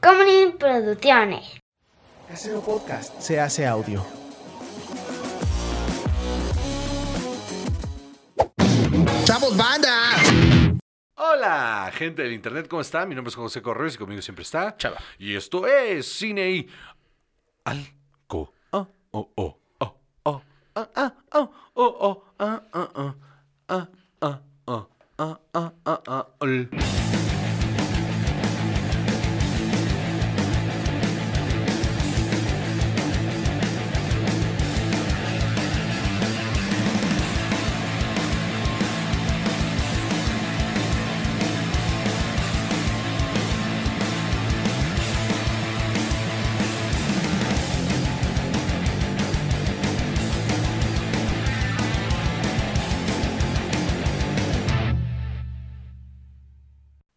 Tacomunin Producciones. Casero Podcast se hace audio. ¡Chavos, banda! Hola, gente del internet, ¿cómo están? Mi nombre es José Correos y conmigo siempre está Chava. Y esto es Cine y Alco. Ah, oh, oh, oh, oh, ah, ah, oh, oh, oh, ah, ah, ah, ah, ah, ah, ah, ah, ah, ah, ol.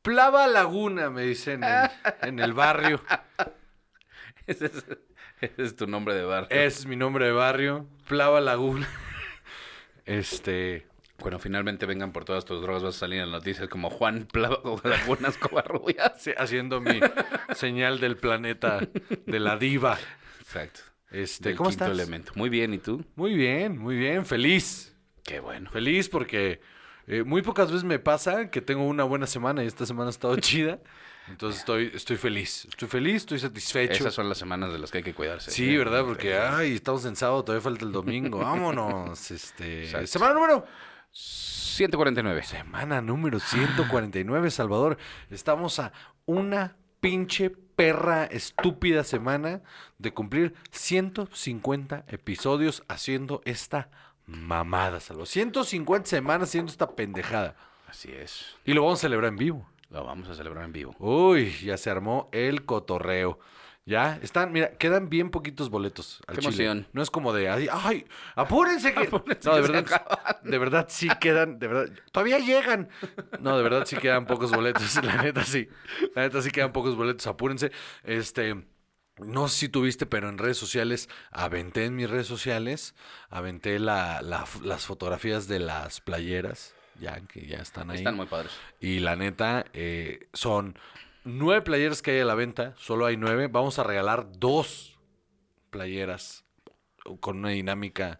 Plava Laguna, me dicen en, en el barrio. Ese es, ese es tu nombre de bar. Ese es mi nombre de barrio, Plava Laguna. Este, Cuando finalmente vengan por todas tus drogas, vas a salir en las noticias como Juan Plavo Lagunas Covarrubias. sí, haciendo mi señal del planeta de la diva. Exacto. Este, Del ¿cómo quinto estás? elemento. Muy bien, ¿y tú? Pues, Muy bien, muy bien, feliz. Qué bueno. Feliz porque eh, muy pocas veces me pasa que tengo una buena semana y esta semana ha estado chida. Entonces estoy, estoy feliz. Estoy feliz, estoy satisfecho. Esas son las semanas de las que hay que cuidarse. Sí, ¿eh? ¿verdad? Porque ah. Exacto. ay, estamos en sábado, todavía falta el domingo. Vámonos. Este, Exacto. semana número 149. semana número 149, Salvador. Estamos a una pinche perra estúpida semana de cumplir 150 episodios haciendo esta mamada, Salvador. 150 semanas haciendo esta pendejada. Así es. Y lo vamos a celebrar en vivo. Lo vamos a celebrar en vivo. Uy, ya se armó el cotorreo. Ya, están, mira, quedan bien poquitos boletos. Al Qué chile. emoción. No es como de, ay, ay, apúrense que. Apúrense no, de que se verdad, de verdad sí quedan, de verdad, todavía llegan. No, de verdad sí quedan pocos boletos, la neta sí. La neta sí quedan pocos boletos, apúrense. Este, no sé si tuviste, pero en redes sociales, aventé en mis redes sociales, aventé la- la- las fotografías de las playeras, ya que ya están ahí. Están muy padres. Y la neta, eh, son nueve playeras que hay a la venta, solo hay nueve. Vamos a regalar dos playeras con una dinámica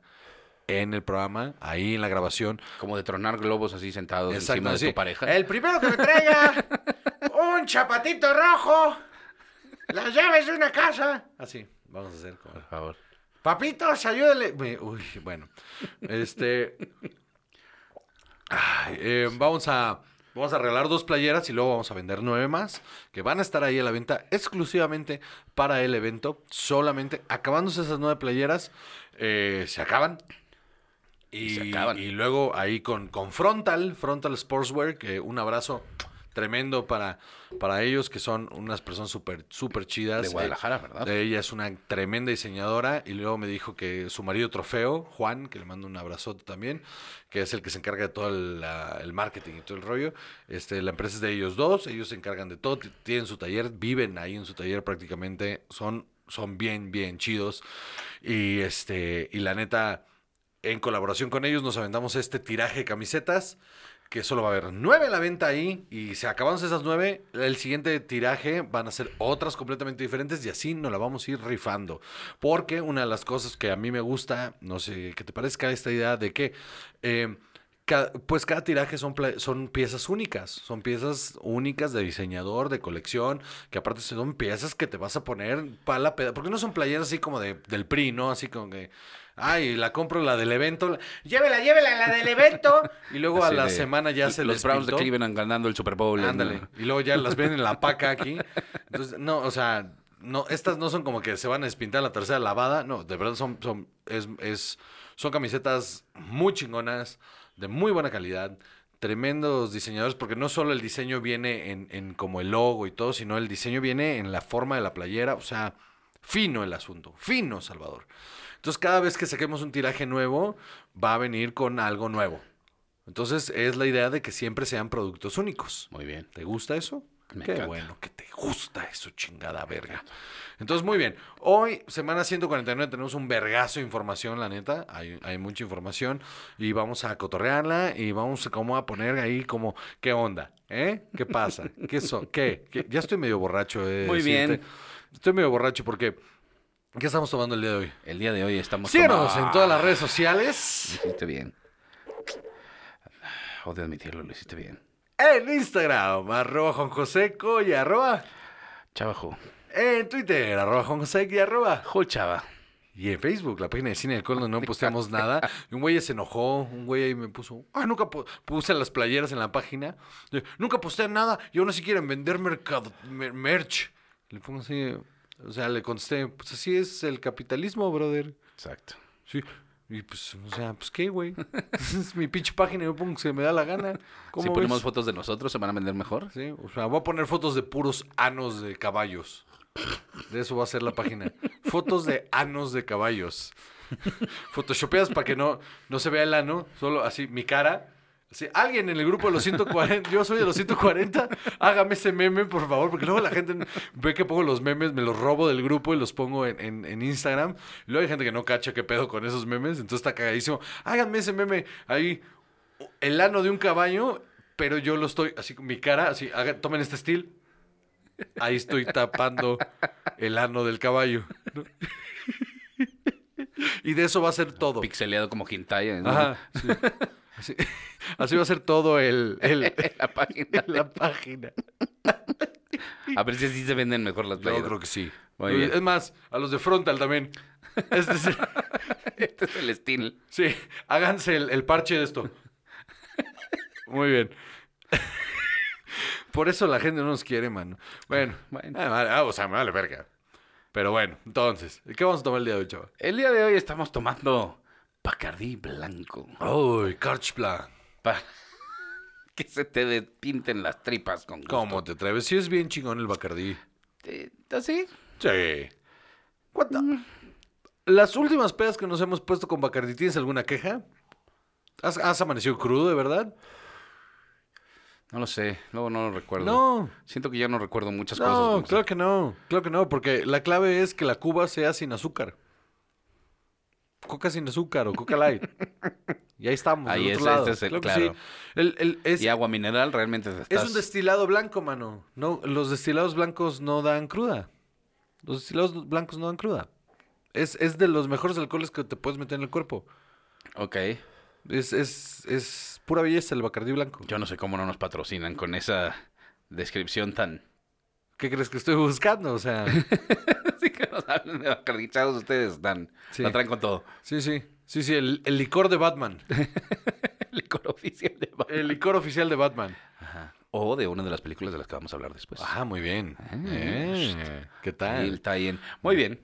en el programa, ahí en la grabación. Como de tronar globos así sentados encima de sí. tu pareja. El primero que me traiga un chapatito rojo, las llaves de una casa. Así, vamos a hacer. como- Por favor. Papitos, ayúdale. Me- Uy, bueno. Este. Ay, eh, vamos a. Vamos a regalar dos playeras y luego vamos a vender nueve más que van a estar ahí a la venta exclusivamente para el evento. Solamente acabándose esas nueve playeras, eh, se acaban. Y, Se acaban. y luego ahí con, con Frontal, Frontal Sportswear, que un abrazo tremendo para, para ellos, que son unas personas súper, súper chidas. De Eh, Guadalajara, ¿verdad? de ella es una tremenda diseñadora y luego me dijo que su marido trofeo, Juan, que le mando un abrazote también, que es el que se encarga de todo el, la- el marketing y todo el rollo. Este, la empresa es de ellos dos, ellos se encargan de todo, t- tienen su taller, viven ahí en su taller prácticamente, son, son bien, bien chidos. Y este, y la neta, en colaboración con ellos, nos aventamos este tiraje de camisetas. Que solo va a haber nueve a la venta ahí. Y se acabamos esas nueve. El siguiente tiraje van a ser otras completamente diferentes. Y así nos la vamos a ir rifando. Porque una de las cosas que a mí me gusta, no sé qué te parezca, esta idea de que. eh, ca- pues cada tiraje son, pla- son piezas únicas, son piezas únicas de diseñador, de colección, que aparte son piezas que te vas a poner para la peda, porque no son playeras así como de, del PRI, ¿no? Así como que, ay, la compro la del evento, la- llévela, llévela, la del evento, y luego a Así la de- semana ya se Los Browns de despintó. Cleveland ganando el Super Bowl. en- Ándale. Y luego ya las ven en la paca aquí. Entonces, no, o sea, no, estas no son como que se van a despintar la tercera lavada. No, de verdad son, son, es, es- son camisetas muy chingonas, de muy buena calidad. Tremendos diseñadores, porque no solo el diseño viene en, en como el logo y todo, sino el diseño viene en la forma de la playera. O sea, fino el asunto. Fino, Salvador. Entonces, cada vez que saquemos un tiraje nuevo, va a venir con algo nuevo. Entonces, es la idea de que siempre sean productos únicos. Muy bien. ¿Te gusta eso? Me Qué encanta. bueno, que te gusta eso, chingada verga. Entonces, muy bien. Hoy, semana 149, tenemos un vergazo de información, la neta. Hay, hay mucha información y vamos a cotorrearla y vamos a- como a poner ahí como, ¿qué onda? ¿Eh? ¿Qué pasa? ¿Qué son? ¿Qué? ¿Qué? Ya estoy medio borracho. eh, Muy bien. Estoy medio borracho porque, ¿qué estamos tomando el día de hoy? El día de hoy estamos... Síguenos tomando- en todas las redes sociales. Hiciste bien. Odio admitirlo, lo hiciste bien. En Instagram, arroba Juanjoseco y arroba. Chava Ju. En Twitter, arroba Juanjoseco y arroba. Ju Chava. Y en Facebook, la página de Cine del Coldo, no posteamos nada. Y un güey se enojó, un güey ahí me puso, ah, nunca po- puse las playeras en la página. Yo, nunca postean nada y aún así quieren vender mercado, mer- merch. Le pongo así, o sea, le contesté, pues así es el capitalismo, brother. Exacto. Sí. Y pues, o sea, pues qué, güey. es mi pinche página, yo pongo que se me da la gana. ¿Cómo Si ponemos ves? fotos de nosotros, ¿se van a vender mejor? Sí, o sea, voy a poner fotos de puros anos de caballos. De eso va a ser la página. Fotos de anos de caballos. Photoshopeas para que no, no se vea el ano, solo así mi cara. Si alguien en el grupo de los 140, yo soy de los 140, hágame ese meme, por favor, porque luego la gente ve que pongo los memes, me los robo del grupo y los pongo en, en- en Instagram. Luego hay gente que no cacha qué pedo con esos memes, entonces está cagadísimo. Háganme ese meme ahí, el ano de un caballo, pero yo lo estoy, así con mi cara, así, haga- tomen este estilo. Ahí estoy tapando el ano del caballo. ¿no? Y de eso va a ser todo. Pixeleado como Quintaya. Oh. Ajá, sí. Así, así va a ser todo el, el- La página. la página. A ver si así se venden mejor las playeras. Yo creo que sí. Muy bien. Es más, a los de Frontal también. Este es- Este es el estilo. sí, háganse el, el parche de esto. Muy bien. Por eso la gente no nos quiere, mano. Bueno, Bueno. ah, vale, ah, o sea, me vale verga. Pero bueno, entonces, ¿qué vamos a tomar el día de hoy, chaval? El día de hoy estamos tomando Bacardí blanco. ¡Uy, Karchplan! Para que se te despinten las tripas con gusto. ¿Cómo te atreves? Sí es bien chingón el Bacardí. Eh, ¿Así? Mm, Sí. ¿Cuánta- Las últimas pedas que nos hemos puesto con Bacardi, ¿tienes alguna queja? ¿Has, has amanecido crudo, de verdad? No lo sé. Luego no lo recuerdo. No. Siento que ya no recuerdo muchas cosas. No, como claro que no. Claro que no, porque la clave es que la cuba sea sin azúcar. Coca sin azúcar o coca light. y ahí estamos. Ahí del otro es- lado. este es el- que sí. claro. El- el- si- es, Y agua mineral realmente te es estás... un destilado blanco, mano. No, los destilados blancos no dan cruda. Los destilados blancos no dan cruda. Es, es de los mejores alcoholes que te puedes meter en el cuerpo. Ok. Es, es, es pura belleza el Bacardí blanco. Yo no sé cómo no nos patrocinan con esa descripción tan... ¿Qué crees que estoy buscando? O sea, Así que nos hablan de Bacardí, chavos, ustedes están... Sí. La traen con todo. sí, sí. Sí, sí, el, el licor de Batman. El licor oficial de Bacardí. El licor oficial de Batman. Ajá. O de una de las películas de las que vamos a hablar después. Ah, muy bien. Ah, Eh, ¿Qué Ahí tal? está bien. Muy bien.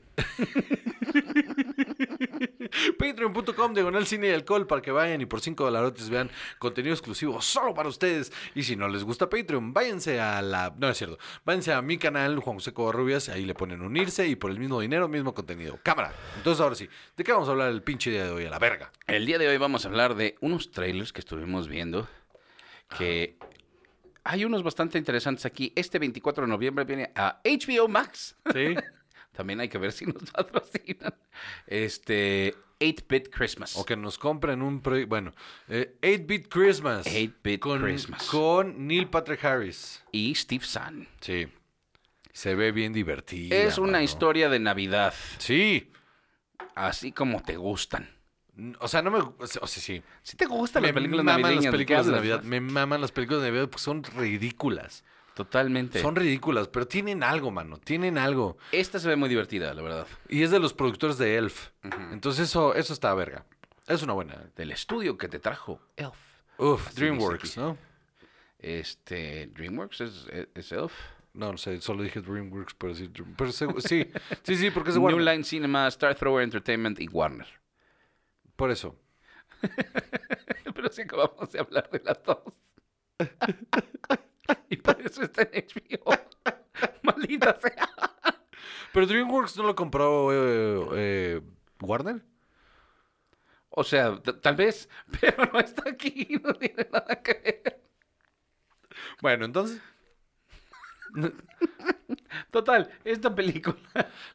Patreon.com, diagonal cine y alcohol, para que vayan y por 5 dolarotes vean contenido exclusivo solo para ustedes. Y si no les gusta Patreon, váyanse a la... No, es cierto. Váyanse a mi canal, Juan José Covarrubias, ahí le ponen unirse y por el mismo dinero, mismo contenido. Cámara. Entonces, ahora sí, ¿de qué vamos a hablar el pinche día de hoy? A la verga. El día de hoy vamos a hablar de unos trailers que estuvimos viendo. Que hay unos bastante interesantes aquí. Este 24 de noviembre viene a HBO Max. ¿Sí? También hay que ver si nos patrocinan. Este 8-Bit Christmas. O que nos compren un proyecto. Bueno, eh, 8-Bit Christmas. 8-Bit con, Christmas. Con Neil Patrick Harris. Y Steve Zahn. Sí. Se ve bien divertido. es una historia de Navidad. Sí. Así como te gustan. N- O sea, no me. gu- O sea, o sea, sí. Si te gustan Me las películas maman navideñas. las ¿de qué películas de hablas? Navidad. Me maman las películas de Navidad porque son ridículas. Totalmente. Son ridículas, pero tienen algo, mano. Tienen algo. Esta se ve muy divertida, la verdad. Y es de los productores de Elf. Entonces, eso, eso está verga. Es una buena. Del estudio que te trajo Elf. Uf, Así DreamWorks, dice ¿no? Este, DreamWorks es, es- es Elf. No, no sé, solo dije DreamWorks, pero sí. Dream- Pero segu- sí, sí, sí, porque es de New Warner. Line Cinema, Star Thrower Entertainment y Warner. Por eso. Pero si acabamos de hablar de las dos. y por eso está en HBO. Maldita sea. Pero DreamWorks no lo compró eh, eh, Warner. O sea, t- tal vez, pero no está aquí. No tiene nada que ver. Bueno, entonces. Total, esta película.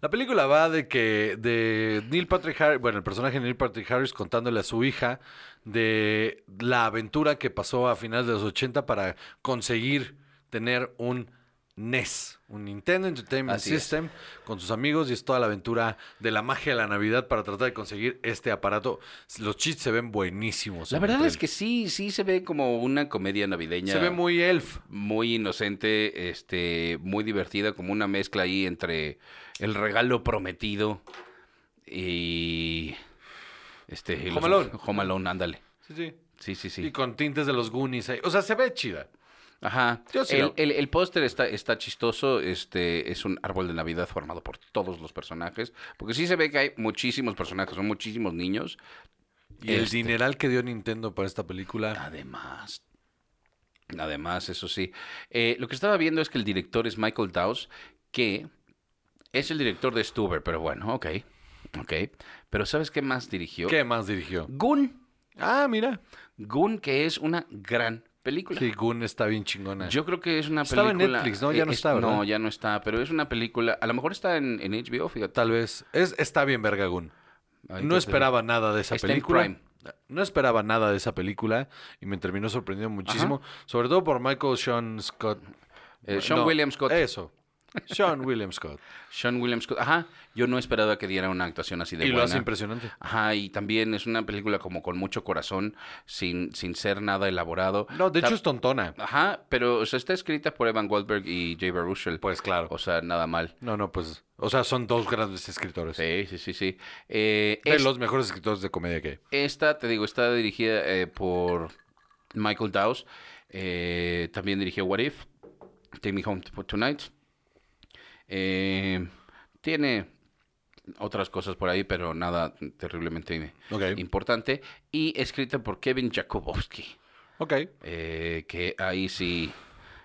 La película va de que de Neil Patrick Harris, bueno, el personaje de Neil Patrick Harris contándole a su hija de la aventura que pasó a finales de los 80 para conseguir tener un NES, un Nintendo Entertainment Así es. System, con sus amigos y es toda la aventura de la magia de la Navidad para tratar de conseguir este aparato. Los chistes se ven buenísimos. La en verdad el es que sí, sí se ve como una comedia navideña. trailer. se ve muy elf. muy inocente, este, muy divertida, como una mezcla ahí entre el regalo prometido y este y los- Home Alone. Home Alone, ándale. Sí, sí. Sí, sí, Y sí. con tintes de los Goonies ahí. O sea, se ve chida. Ajá. Yo sí el lo- el- el póster está, está chistoso. Este es un árbol de Navidad formado por todos los personajes. Porque sí se ve que hay muchísimos personajes, son muchísimos niños. Y el Este. Ah, dineral que dio Nintendo para esta película. Además, además, eso sí. Eh, lo que estaba viendo es que el director es Michael Dawes, que es el director de Stuber, pero bueno, ok. Ok. Pero ¿sabes qué más dirigió? ¿Qué más dirigió? Goon. Ah, mira. Goon, que es una gran película. Sí, Goon está bien chingona. Yo creo que es una película. Estaba en Netflix, ¿no? Ya no es- está, ¿verdad? No, ya no está, pero es una película. A lo mejor está en, en HBO, fíjate. Tal vez. Es, está bien verga Goon. Ahorita No te- esperaba nada de esa Está en película. Prime. No esperaba nada de esa película y me terminó sorprendiendo muchísimo. Sobre todo por Michael Sean Scott. Eh, Sean No, William Scott. Eso. Sean William Scott. Sean William Scott. Ajá. Yo no esperaba que diera una actuación así de y lo buena. hace impresionante. Ajá, y también es una película como con mucho corazón, sin, sin ser nada elaborado. No, de Ta- hecho es tontona. Ajá, pero o sea, está escrita por Evan Goldberg y Jay Baruchel. Pues claro. O sea, nada mal. No, no, pues. O sea, son dos grandes escritores. Sí, sí, sí, sí. Eh, De es- los mejores escritores de comedia que hay. Esta, te digo, está dirigida eh, por Michael Dawes. Eh, también dirigió What If, Take Me Home for Tonight. Eh, tiene otras cosas por ahí, pero nada terriblemente Ok. importante. Y escrita por Kevin Jakubowski. Ok. eh, que ahí sí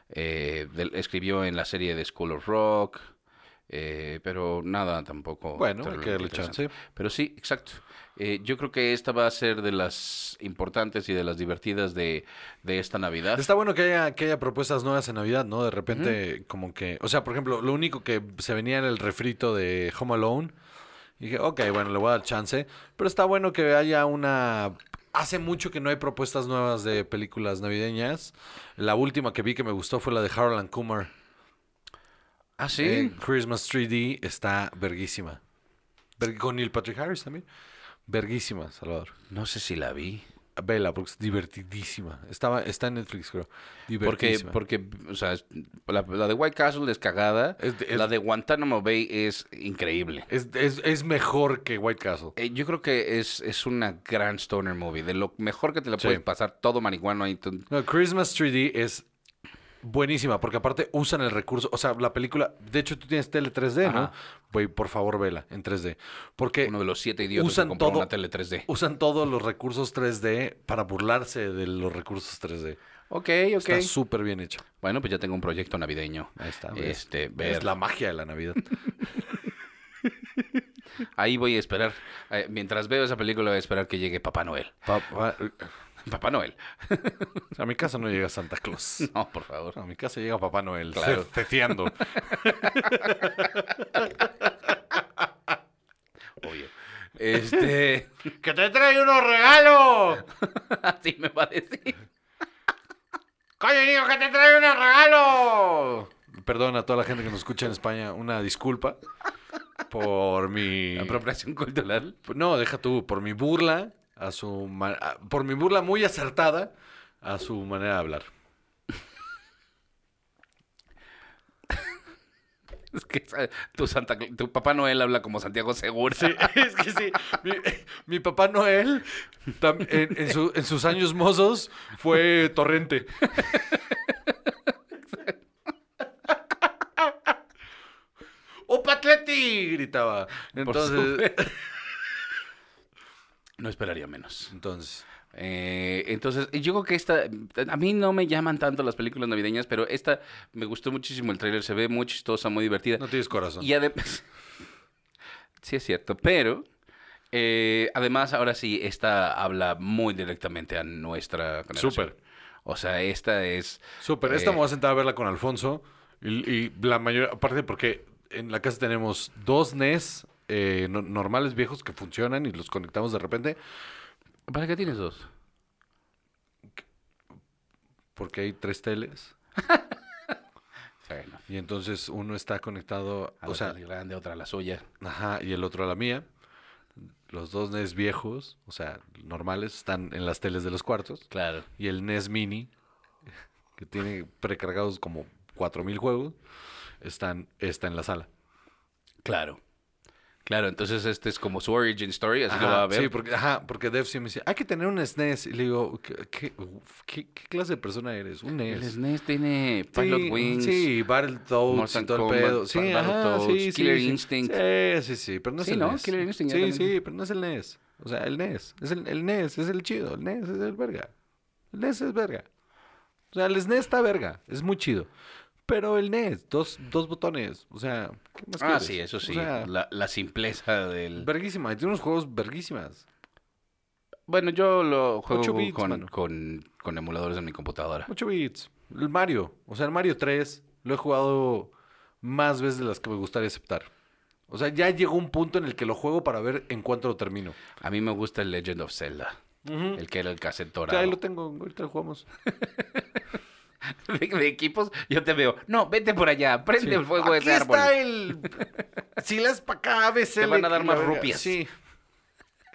eh, del- escribió en la serie de School of Rock, eh, pero nada tampoco. Bueno, hay que terriblemente darle interesante. chance. Pero sí, exacto. Eh, yo creo que esta va a ser de las importantes y de las divertidas de, de esta Navidad. Está bueno que haya, que haya propuestas nuevas en Navidad, ¿no? De repente, como que. O sea, por ejemplo, lo único que se venía en el refrito de Home Alone. y dije, ok, bueno, le voy a dar chance. Pero está bueno que haya una. Hace mucho que no hay propuestas nuevas de películas navideñas. La última que vi que me gustó fue la de Harold and Kumar. Ah, sí. Eh, Christmas 3D está verguísima. Ver- con Neil Patrick Harris también. Verguísima, Salvador. No sé si la vi. Vela, porque es divertidísima. Estaba, está en Netflix, creo. Porque, Divertidísima. porque, o sea, es- la, la de White Castle es cagada. Es de- es- La de Guantánamo Bay es increíble. Es, es- es mejor que White Castle. Eh, yo creo que es, es una gran stoner movie. De lo mejor que te la Sí. puedes pasar todo marihuano ahí. tú- No, Christmas 3D es buenísima, porque aparte usan el recurso. O sea, la película. De hecho, tú tienes tele 3D, ¿no? Ajá. Güey, por favor, vela en 3D. Porque Uno de los siete idiotas Eh, usan que compró todo- una tele 3D. usan todos los recursos 3D para burlarse de los recursos 3D. Ok, ok. Está súper bien hecho. Bueno, pues ya tengo un proyecto navideño. Ahí está. ¿ves? Este, Es ver. la magia de la Navidad. Ahí voy a esperar. Eh, mientras veo esa película, voy a esperar que llegue Papá Noel. Papá- Papá Noel. a mi casa no llega Santa Claus. No, por favor. A mi casa llega Papá Noel. Claro. Teteando. Obvio. Este. ¡Que te trae unos regalos! Así me va a decir. ¡Coño, niño, que te trae un regalo! Perdón a toda la gente que nos escucha en España, una disculpa por mi... Apropiación cultural. No, deja tú, por mi burla, a su ma- a- por mi burla muy acertada a su manera de hablar. Es que ¿sabes? tu, Santa, Cla- tu Papá Noel habla como Santiago Segura. Sí, es que sí, mi, mi papá Noel tam- en, en su- en sus años mozos fue torrente. ¡O Patleti! gritaba. Entonces, No esperaría menos. Entonces. Eh, entonces, yo creo que esta, a mí no me llaman tanto las películas navideñas, pero esta me gustó muchísimo el tráiler, se ve muy chistosa, muy divertida. No tienes corazón. Y además, sí es cierto, pero eh, además ahora sí, esta habla muy directamente a nuestra generación. Súper. O sea, esta es... Súper. Eh, Esta me voy a sentar a verla con Alfonso. Y Y, y la mayor, aparte porque en la casa tenemos dos NES eh, no- normales viejos que funcionan y los conectamos de repente, ¿Para qué tienes dos? porque hay tres teles. Bueno, Y entonces uno está conectado, a o la sea, tele grande, otra a la suya. Ajá, y el otro a la mía. Los dos NES viejos, o sea, normales, están en las teles de los cuartos. Claro. Y el NES Mini, que tiene precargados como 4.000 juegos, están, está en la sala. Claro. Claro, entonces este es como su origin story, así lo Ajá, va a ver. Sí, porque, ajá, porque Dev sí me decía, hay que tener un SNES. Y le digo, ¿qué, qué, qué- qué clase de persona eres? Un NES. El SNES tiene E Pilot sí, Wings. Sí, Battletoads y Mortal todo Kombat, el pedo. Sí, Ba- ajá, Battletoads, sí, sí, Killer sí. Instinct. Sí, sí, sí, pero no es Sí, el ¿no? NES. Killer Instinct, yo Sí, también. sí, pero no es el NES. O sea, el NES. Es el, el NES, es el chido. El NES es el verga. El NES es verga. O sea, el SNES está verga. Es muy chido. Pero el NES, dos, dos botones. O sea, ¿qué más Ah, quieres? sí, eso O sí. sea, la, la simpleza del. verguísima. Y tiene unos juegos verguísimas. Bueno, yo lo Ocho juego bits, con, mano. con, con emuladores en mi computadora. 8 bits. El Mario. O sea, el Mario 3 lo he jugado más veces de las que me gustaría aceptar. O sea, ya llegó un punto en el que lo juego para ver en cuánto lo termino. A mí me gusta el Legend of Zelda, el que era el cassette O sea, dorado. ahí lo tengo, ahorita lo jugamos. de, de equipos, yo te veo. No, vete por allá, prende el fuego de Aquí ese árbol. está el... Si las para acá, a veces... Te van a dar la más verga. rupias. Sí.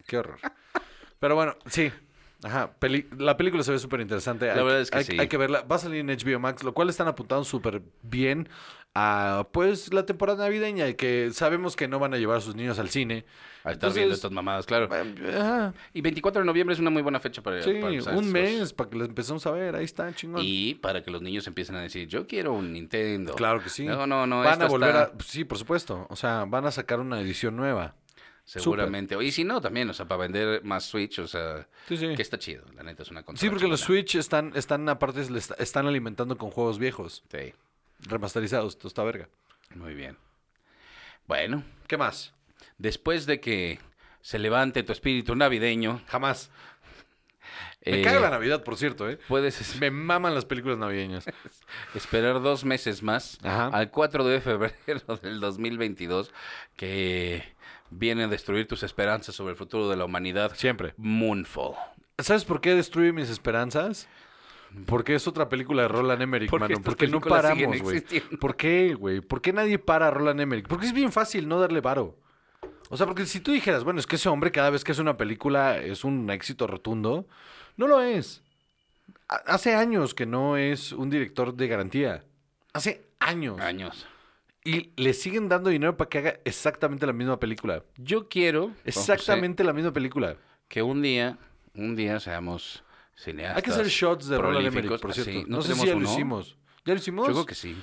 Qué horror. Pero bueno, sí. Ajá, peli- la película se ve súper interesante. La hay, verdad es que hay- sí. Hay que verla. Va a salir en HBO Max, lo cual están apuntando súper bien a, pues, la temporada navideña y que sabemos que no van a llevar a sus niños al cine. A estar viendo Entonces, estas mamadas, claro. eh, ajá, Y 24 de noviembre es una muy buena fecha para, sí, eh, para empezar un estos- mes para que les empecemos a ver. Ahí está, chingón. Y para que los niños empiecen a decir, yo quiero un Nintendo. Claro que sí. No, no, no. Van esto a volver está- a... Sí, por supuesto. O sea, van a sacar una edición nueva. Seguramente. Y si no, también, o sea, para vender más Switch, o sea, Sí, sí. que está chido. La neta es una consola. Sí, porque los chingona. Switch están, están aparte, le est- están alimentando con juegos viejos, remasterizados, esto está verga. Sí, muy bien. Bueno, ¿Qué más? después de que se levante tu espíritu navideño. Jamás. Me eh, caga la Navidad, por cierto, ¿eh? Puedes es- Me maman las películas navideñas. esperar dos meses más Ajá. al 4 de febrero del 2022 que viene a destruir tus esperanzas sobre el futuro de la humanidad. Siempre. Moonfall. ¿Sabes por qué destruye mis esperanzas? Porque es otra película de Roland Emmerich, Porque mano. estas Porque no películas siguen paramos, güey. existiendo. ¿Por qué, güey? ¿Por qué nadie para a Roland Emmerich? Porque es bien fácil no darle varo. O sea, porque si tú dijeras, bueno, es que ese hombre cada vez que hace una película es un éxito rotundo, no lo es. Ha- Hace años que no es un director de garantía. Hace años. Años. Y le siguen dando dinero para que haga exactamente la misma película. Yo quiero Juan José, Exactamente la misma película. que un día, un día seamos cineastas. Hay que hacer shots de Roland Emmerich, prolíficos, por cierto. así. ah, no sé tenemos si ya lo uno? hicimos. ¿Ya lo hicimos? Yo creo que sí.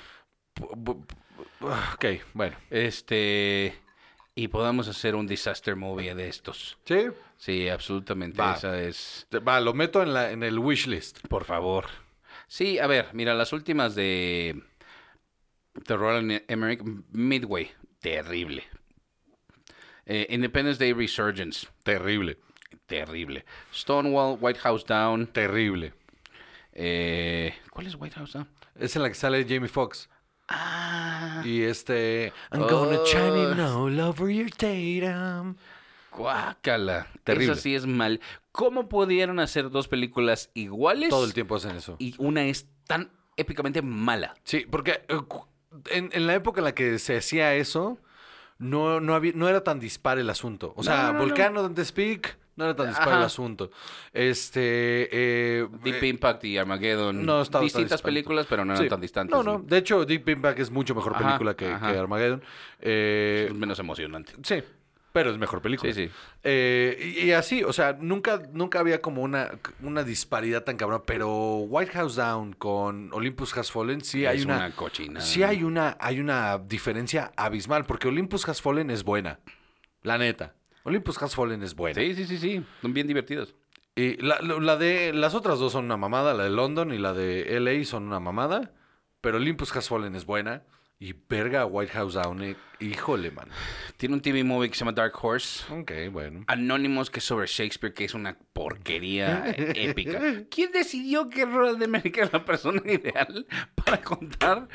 Bu- bu- bu- ah, Ok, bueno. Este y podamos hacer un disaster movie de estos. ¿Sí? Sí, absolutamente. Va. Esa es, Te- Va, lo meto en, la, en el wishlist. por favor. Sí, a ver, mira las últimas de de Roland Emmerich, Midway, terrible. Eh, Independence Day Resurgence, Terrible. terrible. Stonewall, White House Down. Terrible. eh, ¿Cuál es White House Down? Es en la que sale Jamie Foxx. Ah, Y este... I'm Oh. gonna shine it now, over your datum. Guácala. Terrible. Eso sí es mal. ¿Cómo pudieron hacer dos películas iguales? Todo el tiempo hacen eso. Y una es tan épicamente mala. Sí, porque eh, cu- en, en la época en la que se hacía eso, no, no, había, no era tan dispar el asunto. O sea, no, no, Volcano, Dante Speak, no era tan dispar Ajá. el asunto. Este... eh, Deep eh, Impact y Armageddon. no estaba tan Distintas distante. películas, pero no eran Sí. tan distantes. No, no. De hecho, Deep Impact es mucho mejor Ajá, película que, ajá. que Armageddon. Eh, Es menos emocionante. Sí, pero es mejor película. Sí, sí. Eh, y, y así, o sea, nunca, nunca había como una, una disparidad tan cabrón, pero White House Down con Olympus Has Fallen sí hay es una... una, cochina. Sí hay una, hay una diferencia abismal, porque Olympus Has Fallen es buena, la neta. Olympus Has Fallen es buena. Sí, sí, sí, sí. Son bien divertidas. Y la, la- la de las otras dos son una mamada, la de London y la de LA son una mamada, pero Olympus Has Fallen es buena Y verga, White House Down, eh, híjole, man. Tiene un TV movie que se llama Dark Horse. Ok, bueno. Ah, Anónimos que es sobre Shakespeare, que es una porquería épica. ¿Quién decidió que Roddenberry era la persona ideal para contar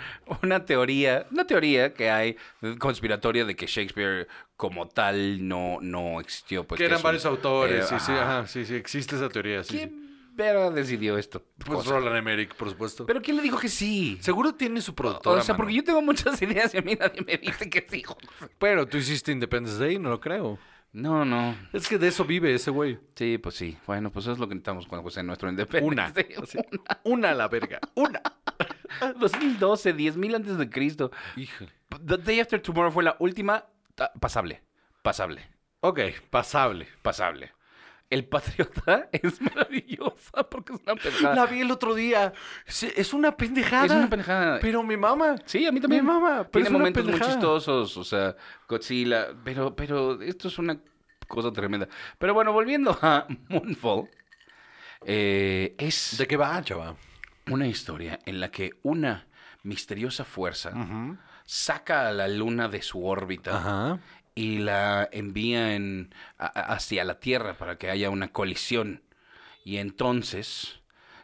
una teoría, una teoría que hay conspiratoria de que Shakespeare como tal no, no existió? Pues, que eran es un- varios autores, eh, sí, sí, ajá. ajá, sí, sí, existe esa teoría, sí. sí. ¿Quién verga decidió esto? Pues Cosa. Roland Emmerich, por supuesto. ¿Pero quién le dijo que sí? Seguro tiene su productora, O sea, mano. porque yo tengo muchas ideas y a mí nadie me dice que sí. joder. Pero tú hiciste Independence Day, no lo creo. No, no. Es que de eso vive ese güey. Sí, pues sí. Bueno, pues eso es lo que necesitamos Juan José, nuestro independiente. Una. Así, Una a la verga. Una. 2012, 10.000 antes de Cristo. Híjole. The Day After Tomorrow fue la última ta- pasable, pasable, Ok, pasable. pasable. El Patriota es maravillosa porque es una pendejada. La vi el otro día. Se- Es una pendejada. Es una pendejada. Pero mi mamá. Sí, a mí también. Mi mamá, pero Tiene es una momentos muy pendejada. chistosos, o sea, Godzilla, pero, pero esto es una cosa tremenda. Pero bueno, volviendo a Moonfall, eh, es ¿De qué va, chava? una historia en la que una misteriosa fuerza saca a la luna de su órbita Mm. Ajá. y la envía en- a- a- hacia la Tierra para que haya una colisión. Y entonces,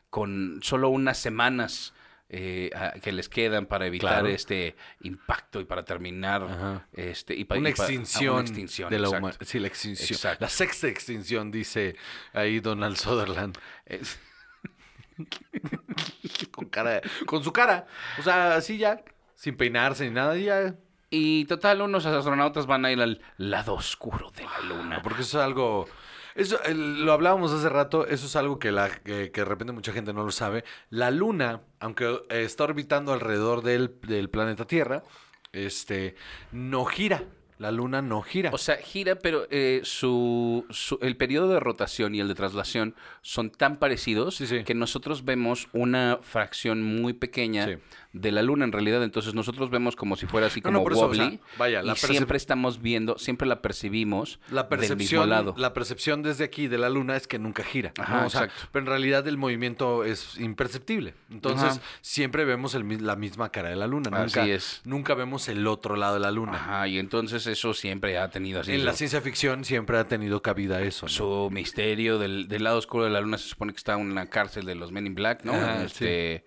con solo unas semanas eh, a- que les quedan para evitar Claro. este impacto y para terminar Ajá. este y pa- ah, Una y pa- a extinción, una extinción, de la exacto. humanidad. Sí, la extinción. Exacto. La sexta extinción, dice ahí Donald Sutherland. Es- Con, cara, con su cara. O sea, así ya. Sin peinarse ni nada, ya. Y total, unos astronautas van a ir al lado oscuro de la luna. Ah, Porque eso es algo. Eso, eh, lo hablábamos hace rato, eso es algo que, la, que, que de repente mucha gente no lo sabe. La Luna, aunque eh, está orbitando alrededor del, del planeta Tierra, este, no gira. La Luna no gira. O sea, gira, pero eh, su, su- el periodo de rotación y el de traslación son tan parecidos Sí, sí. que nosotros vemos una fracción muy pequeña Sí. de la luna en realidad. Entonces nosotros vemos como si fuera así No, como no, por eso, o wobbly. sea, vaya, la y percep- siempre estamos viendo, siempre la percibimos la del mismo percepción, lado. la percepción desde aquí de la luna es que nunca gira. ¿no? Ajá, O sea, exacto. pero en realidad el movimiento es imperceptible. Entonces, Ajá. siempre vemos el mi- la misma cara de la luna. Nunca, Así es. nunca vemos el otro lado de la luna. Ajá, y entonces eso siempre ha tenido así. en la su- ciencia ficción siempre ha tenido cabida eso. ¿no? su misterio del, del lado oscuro de la luna se supone que está en la cárcel de los Men in Black, ¿no? Ah, Este,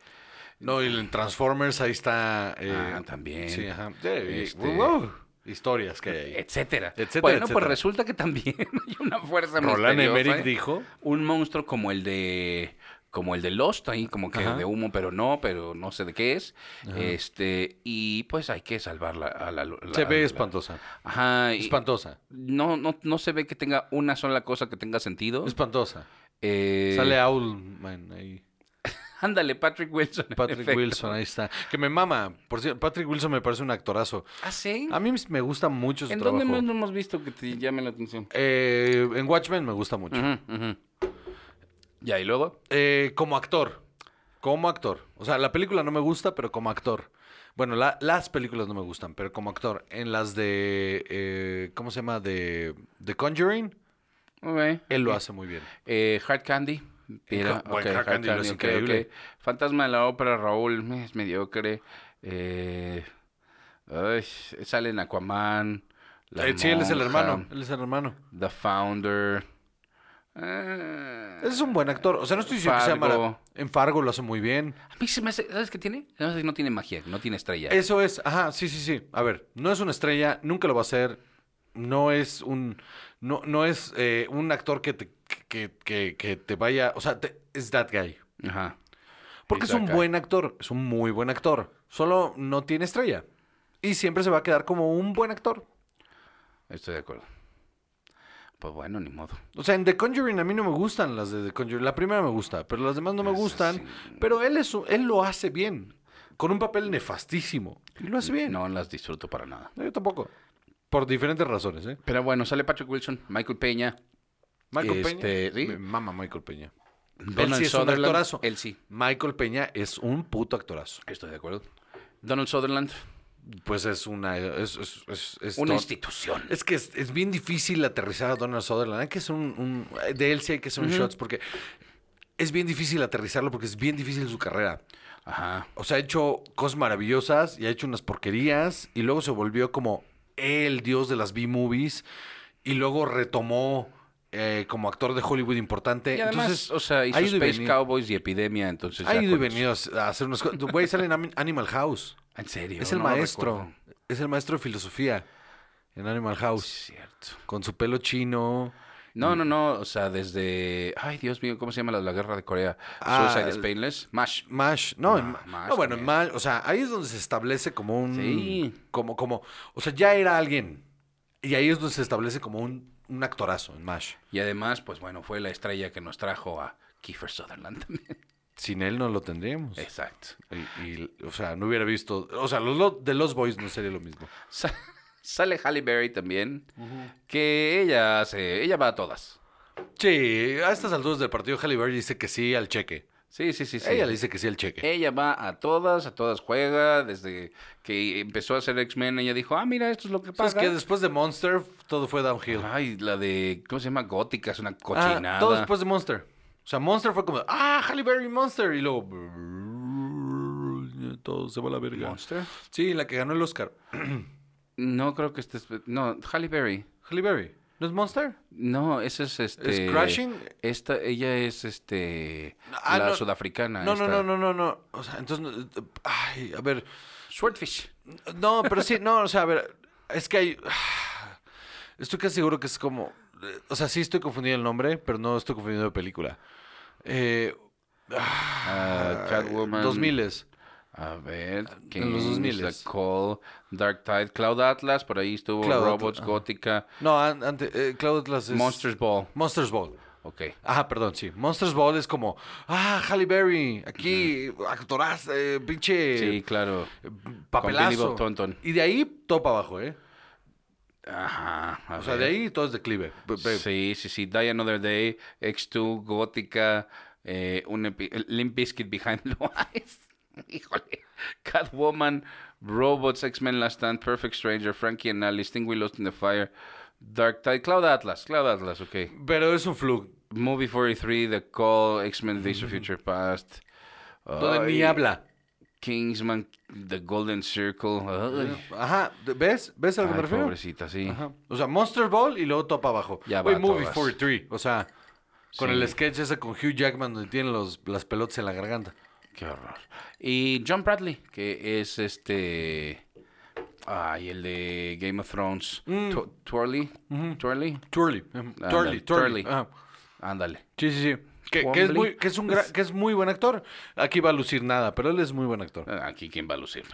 No, y en Transformers ahí está. eh, Ah, también. Sí, ajá. Este- eh, Wow. historias que hay. ahí. etcétera. Etcétera, Bueno, pues etcétera. resulta que también hay una fuerza Roland misteriosa, Emmerich ¿eh? dijo. un monstruo como el de como el de Lost ahí como que Ajá. de humo pero no pero no sé de qué es este y pues hay que salvarla a la, lu- la- Se ve la- espantosa. ajá y Espantosa. no no no se ve que tenga una sola cosa que tenga sentido Espantosa. Eh, Sale Owlman ahí. ándale Patrick Wilson en Patrick efecto. Wilson, ahí está. Que me mama. Por cierto, Patrick Wilson me parece un actorazo. ah sí A mí me gusta mucho pues, su en trabajo. dónde más no hemos visto que te llame la atención Eh, en Watchmen me gusta mucho. Ujú, ujú. ya y luego Eh, como actor. Como actor. O sea, la película no me gusta, pero como actor. Bueno, la- las películas no me gustan, pero como actor. En las de. eh, ¿Cómo se llama? De The Conjuring. Ok. Él lo hace muy bien. Eh, Hard Candy. Era, Bueno, ok, Hard Hard Candy lo Candy, es ok, increíble. ok. Fantasma de la ópera, Raúl, eh, es mediocre. Eh, ay, sale en Aquaman. La Eh, sí, él es el Monja, hermano. Él es el hermano. The Founder. eh, Es un buen actor. O sea, no estoy diciendo que sea Fargo. mala- En Fargo lo hace muy bien. A mí se me hace, ¿sabes qué tiene? Se me hace que no tiene magia, no tiene estrella. Eso es. Ajá, sí, sí, sí. A ver, no es una estrella, nunca lo va a ser. No es un. No, no es eh, un actor que te, que, que- que te vaya. O sea, es that guy. Ajá. Porque es He's that un guy. buen actor, es un muy buen actor. Solo no tiene estrella. Y siempre se va a quedar como un buen actor. Estoy de acuerdo. Pues bueno, ni modo. O sea, en The Conjuring a mí no me gustan las de The Conjuring. La primera me gusta, pero las demás no me Esa gustan. sí. Pero él, es, él lo hace bien. Con un papel nefastísimo. Y lo hace bien. No las disfruto para nada. No, yo tampoco. Por diferentes razones, ¿eh? Pero bueno, sale Patrick Wilson, Michael Peña, Michael Este, Peña. ¿sí? Me mama Michael Peña. Donald él sí es Sutherland. un actorazo. Él sí. Michael Peña es un puto actorazo. Estoy de acuerdo. Donald Sutherland, Pues es una. Es, es- es- es una todo- institución. Es que es, es bien difícil aterrizar a Donald Sutherland. Hay que hacer un, un- De él sí hay que hacer un shots porque es bien difícil aterrizarlo porque es bien difícil su carrera. Ajá. O sea, ha hecho cosas maravillosas y ha hecho unas porquerías y luego se volvió como el dios de las B-movies y luego retomó eh, como actor de Hollywood importante. Y además, Entonces, o sea, hizo ha ido y Space venido. Cowboys y Epidemia, entonces. ha ya ido y con eso. venido a hacer unas cosas. Güey, sale en Ami- Animal House. En serio. Es el no lo maestro. recuerdo. Es el maestro de filosofía en Animal Sí, House. cierto. Con su pelo chino. Mm. No, no, no. O sea, desde. Ay, Dios mío, ¿cómo se llama la, la guerra de Corea? Ah, Suicide is Painless. MASH. Mash, no, en Ah, Ma- Mash no, bueno, en también. Mash, o sea, ahí es donde se establece como un, Sí. como, como, o sea, ya era alguien y ahí es donde se establece como un, un actorazo en Mash. Y además, pues bueno, fue la estrella que nos trajo a Kiefer Sutherland también. Sin él no lo tendríamos. Exacto. Y, y, o sea, no hubiera visto, o sea, los lo- de los boys no sería lo mismo. Sa- sale Halle Berry también, que ella hace, ella va a todas. Sí, a estas alturas del partido, Halle Berry dice que sí al cheque. Sí, sí, sí, sí. Ella le dice que sí al cheque. Ella va a todas, a todas juega, desde que empezó a hacer X-Men, ella dijo, ah, mira, esto es lo que ¿Sabes pasa. que Después de Monster, todo fue downhill. Ay, la de, ¿cómo se llama? Gótica, es una Ah, cochinada. todo después de Monster. O sea, Monster fue como, ah, Halle Berry, Monster. Y luego. Todo se va a la verga. ¿Monster? Sí, la que ganó el Oscar. No creo que estés, no, Halle Berry. Halle Berry. ¿No es Monster? No, esa es este... ¿Es Crashing? Esta, ella es este, Ah, la no. sudafricana. No, no, no, esta. no, no, no. O sea, entonces. no, Ay, a ver. Swordfish. No, pero sí, no, o sea, a ver. Es que hay. Estoy casi seguro que es como. O sea, sí estoy confundido el nombre, pero no estoy confundido de película. Eh, Ah, Catwoman. 2000s. A ver, ¿quién Ah, los es 2000s. The Call, Dark Tide, Cloud Atlas, por ahí estuvo Cloud Atlas, Robots, ajá. Gótica, No, an- antes. eh, Cloud Atlas es- Monsters Ball. Monsters Ball. Ok. Ah, perdón, sí. Monsters Ball es como, ah, Halle Berry, aquí, actoraz, eh, pinche Sí, claro. Billy papelazo. Bob Thornton. Y de ahí, todo para abajo, ¿eh? Ajá. a O sea, de ver. ahí pues, todo es declive. Pe- pe- Sí, sí, sí. Die Another Day, X2, Gótica, eh, un epi- Limp Bizkit Behind Blue Eyes. Híjole. Catwoman, Robots, X-Men Last Stand, Perfect Stranger, Frankie and Alice, Thing We Lost in the Fire, Dark Tide, Cloud Atlas, Cloud Atlas, ok. Pero es un fluke. Movie 43, The Call, X-Men Days of Mm. Future Past. Donde ni Ay, habla. Kingsman, The Golden Circle. Ay, Ajá, de- ¿ves? ¿Ves a lo que Ay, me refiero? pobrecita, sí. Ajá. O sea, Monsters Ball y luego todo para abajo. Ya Güey, va, Movie todas. 43. O sea, con Sí. el sketch ese con Hugh Jackman donde tiene los, las pelotas en la garganta. Qué horror. Y John Bradley, que es este... Ay, el de Game of Thrones. Mm. Tw- Twirly. Twirly. Twirly. Ándale, Twirly, Twirly. Twirly. Ajá. Ándale. Sí, sí, sí. Que, que es Twombly. muy, que, es un gra- que es muy buen actor. Aquí va a lucir nada, pero él es muy buen actor. Aquí quién va a lucir.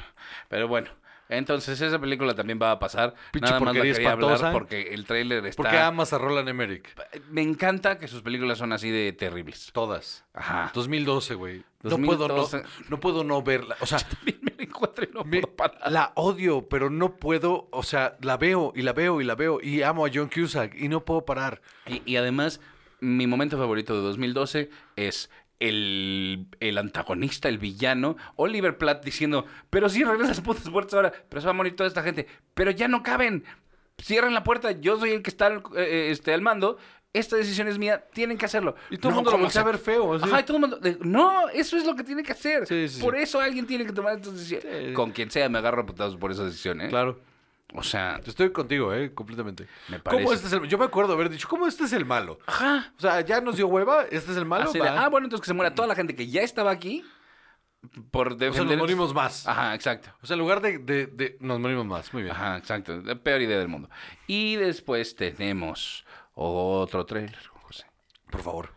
Pero bueno. Entonces esa película también va a pasar. Pinche Nada más la porquería quería espantosa. ¿eh? hablar porque el tráiler está... Porque amas a Roland Emmerich. Me encanta que sus películas son así de terribles. Todas. Ajá. 2012, güey. No puedo no, 2012. no puedo no verla. O sea, Bien, me la encuentro y no me- puedo parar. la odio, pero no puedo. O sea, la veo y la veo y la veo. Y amo a John Cusack y no puedo parar. Y, y además, mi momento favorito de 2012 es el, el antagonista, el villano, Oliver Platt diciendo, pero si regresas las putas puertas ahora, pero se va a morir toda esta gente, pero ya no caben, cierren la puerta, yo soy el que está al, eh, este, al mando, esta decisión es mía, tienen que hacerlo. Y todo el mundo lo ¿cómo voltea a se- ver feo, así. Ajá, y todo el mundo, de- no, eso es lo que tiene que hacer. Sí, sí, sí. por eso alguien tiene que tomar estas decisiones. Sí. Con quien sea, me agarro a putazos por esa decisión, ¿eh? Claro. O sea, Estoy contigo, eh, completamente. Me ¿Cómo parece. este es el- Yo me acuerdo haber dicho, ¿cómo este es el malo? ajá. O sea, ya nos dio hueva, este es el malo. Así de, va. ah, bueno, entonces que se muera toda la gente que ya estaba aquí por o sea, defender... nos morimos más. Ajá, exacto. O sea, en lugar de, de- de- Nos morimos más. Muy bien. Ajá, exacto. La peor idea del mundo. Y después tenemos otro trailer, José. Por favor.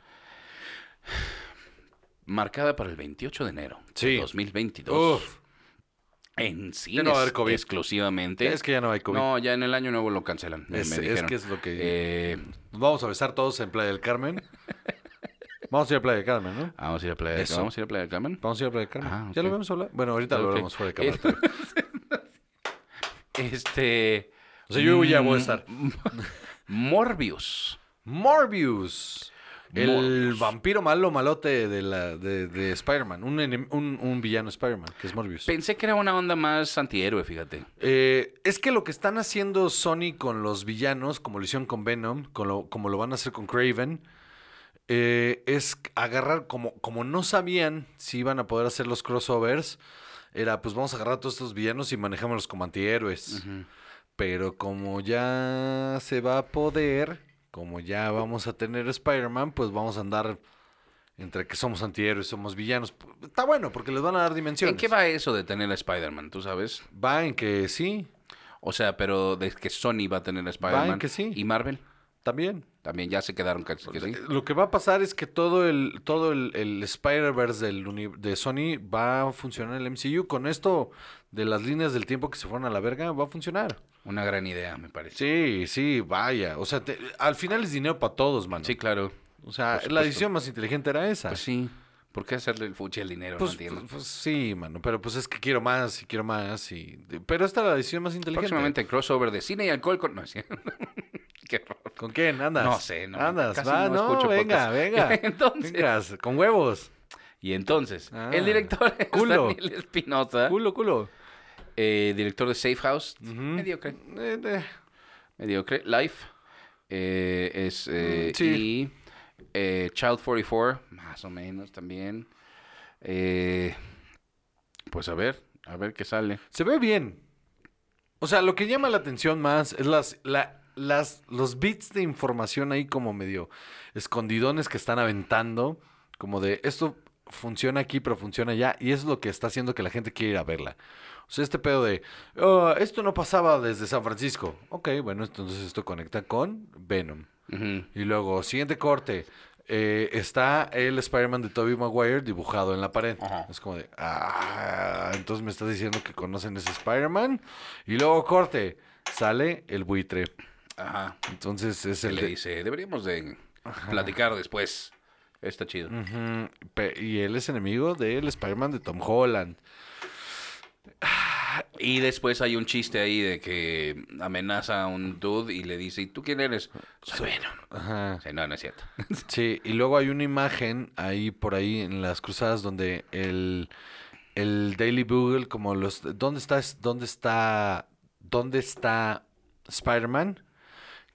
Marcada para el 28 de enero Sí. de 2022. Uf, En Ya cines no va a haber COVID. exclusivamente. es que ya no hay COVID. No, ya en el año nuevo lo cancelan. me- Es- me es dijeron. que es lo que- Eh, Nos vamos a besar todos en Playa del Carmen. vamos a ir a Playa del Carmen, ¿no? vamos a ir a Playa del Eso. Carmen. Vamos a ir a Playa del Carmen. Vamos a ir a Playa del Carmen. Ah, ok. ¿Ya lo vemos hablar? Bueno, ahorita lo Ok. Eh, veremos fuera de cámara. Este. O sea, yo ya voy a estar. Morbius. Morbius. El Morbius. vampiro malo malote de, la, de, de Spider-Man. Un, enem- un, un villano Spider-Man, que es Morbius. Pensé que era una onda más antihéroe, fíjate. Eh, es que lo que están haciendo Sony con los villanos, como lo hicieron con Venom, con lo- como lo van a hacer con Craven, eh, es agarrar, como, como no sabían si iban a poder hacer los crossovers, era pues vamos a agarrar a todos estos villanos y manejémoslos como antihéroes. Pero como ya se va a poder, como ya vamos a tener Spider-Man, pues vamos a andar entre que somos antihéroes, somos villanos. Está bueno, porque les van a dar dimensiones. ¿En qué va eso de tener a Spider-Man? ¿Tú sabes? Va en que sí, O sea, pero de que Sony va a tener a Spider-Man. que sí. Y Marvel también. también ya se quedaron casi que sí. Pues eh, Lo que va a pasar es que todo el, todo el, el Spider-Verse del uni- de Sony va a funcionar en el MCU. Con esto de las líneas del tiempo que se fueron a la verga, va a funcionar. Una gran idea, me parece. Sí, sí, vaya. O sea, te- al final es dinero para todos, mano. Sí, claro. O sea, por la supuesto. decisión más inteligente era esa. Pues sí. ¿Por qué hacerle el fuchi al dinero? Pues, no entiendo. pues, pues sí, mano. Pero pues es que quiero más y quiero más. Y... Pero esta es la decisión más inteligente. Próximamente crossover de cine y alcohol con... No, es cierto. Qué horror. ¿Con quién? ¿Andas? No sé, no, Andas, casi va, no no, escucho venga, podcast. venga. Entonces- Vengas, con huevos. Y entonces, Ah, el director es culo. Daniel Espinosa, Culo, culo. eh, director de Safe House, Ujú. mediocre, Eh, eh. mediocre, Life, eh, es, eh, Mm, sí. y eh, Child 44, más o menos también. Eh, pues a ver, a ver qué sale. Se ve bien. O sea, lo que llama la atención más es las, la- las, los bits de información ahí como medio escondidones que están aventando. Como de esto funciona aquí, pero funciona allá. Y es lo que está haciendo que la gente quiera ir a verla. O sea, este pedo de "Ah, esto no pasaba desde San Francisco. Ok, bueno, entonces esto conecta con Venom. Ujú. Y luego, siguiente corte. eh, está el Spider-Man de Tobey Maguire dibujado en la pared. Ajá. Es como de, ah, entonces me estás diciendo que conocen ese Spider-Man. Y luego, corte, sale el buitre. Ajá. Entonces es Se el le de- dice, deberíamos de platicar después. Está chido. Ujú, pe- Y él es enemigo del Spider-Man de Tom Holland. Y después hay un chiste ahí de que amenaza a un dude y le dice, ¿y tú quién eres? Soy Venom. Ajá. Sí, no, no es cierto. Sí, y luego hay una imagen ahí por ahí en las cruzadas donde el, el Daily Bugle, como los ¿dónde está dónde está dónde está Spider-Man?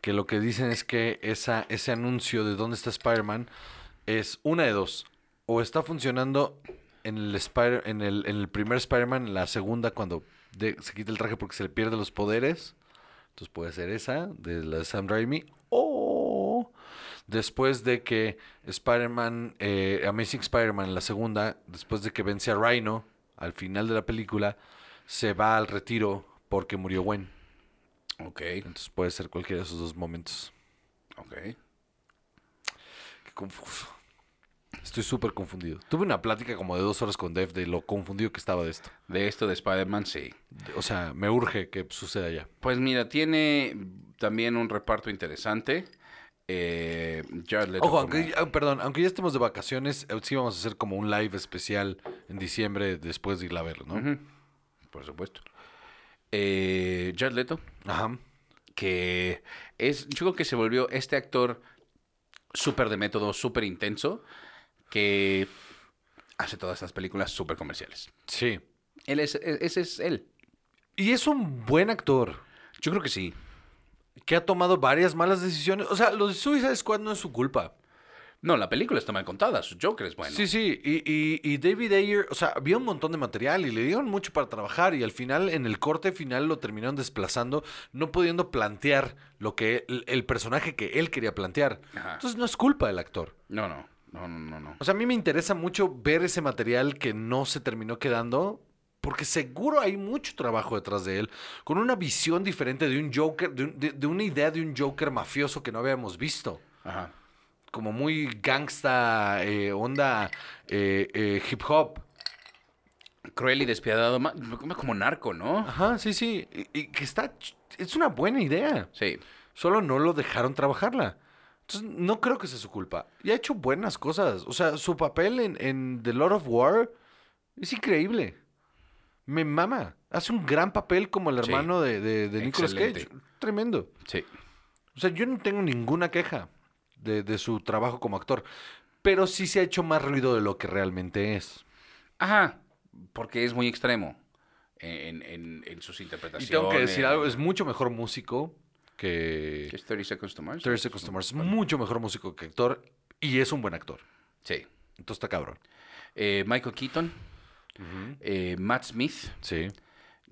Que lo que dicen es que esa, ese anuncio de dónde está Spider-Man es una de dos. O está funcionando en el Spider, en el, en el primer Spider-Man, en la segunda cuando de- se quita el traje porque se le pierden los poderes. Entonces puede ser esa, de la de Sam Raimi. O después de que Spider-Man, eh, Amazing Spider-Man, la segunda, después de que vence a Rhino, al final de la película, se va al retiro porque murió Gwen. Ok, Entonces puede ser cualquiera de esos dos momentos. ok. Qué confuso. Estoy súper confundido. Tuve una plática como de dos horas con Dev de lo confundido que estaba de esto. De esto de Spider-Man, sí. De- O sea, me urge que suceda ya. Pues mira, tiene también un reparto interesante. Eh, Jared Leto Ojo, como- aunque, ah, perdón, aunque ya estemos de vacaciones, eh, sí vamos a hacer como un live especial en diciembre después de ir a verlo, ¿no? Ujú, Por supuesto. Eh, Jared Leto, Ajá. que es, yo creo que se volvió este actor súper de método, súper intenso, que hace todas estas películas súper comerciales. Sí. Él es, e- ese es él. Y es un buen actor Yo creo que sí. que ha tomado varias malas decisiones. O sea, lo de Suicide Squad no es su culpa. No, la película está mal contada, su Joker es bueno. Sí, sí. Y, y- y David Ayer, o sea, había un montón de material y le dieron mucho para trabajar. Y al final, en el corte final, lo terminaron desplazando, no pudiendo plantear lo que el, el personaje que él quería plantear. Ajá. Entonces, no es culpa del actor. No, no, no, no, no, no. O sea, a mí me interesa mucho ver ese material que no se terminó quedando, porque seguro hay mucho trabajo detrás de él, con una visión diferente de un Joker, de, un- de- de una idea de un Joker mafioso que no habíamos visto. Ajá. Como muy gangsta, eh, onda eh, eh, hip hop. Cruel y despiadado, ma- como como narco, ¿no? Ajá, sí, sí. Y, y que está. ch- Es una buena idea. Sí. Solo no lo dejaron trabajarla. Entonces, no creo que sea su culpa. Y ha hecho buenas cosas. O sea, su papel en, en The Lord of War es increíble. Me mama. Hace un gran papel como el Sí. hermano de, de, de Nicolas Cage. Excelente. Tremendo. Sí. O sea, yo no tengo ninguna queja de, de su trabajo como actor. Pero sí se ha hecho más ruido de lo que realmente es. Ajá, porque es muy extremo en, en- en sus interpretaciones. Y tengo que decir algo, es mucho mejor músico. que Es 30 Seconds to Mars. Terry Customers. Es mucho mejor músico que actor y es un buen actor. Sí. Entonces está cabrón. Eh, Michael Keaton, eh, Matt Smith, Sí.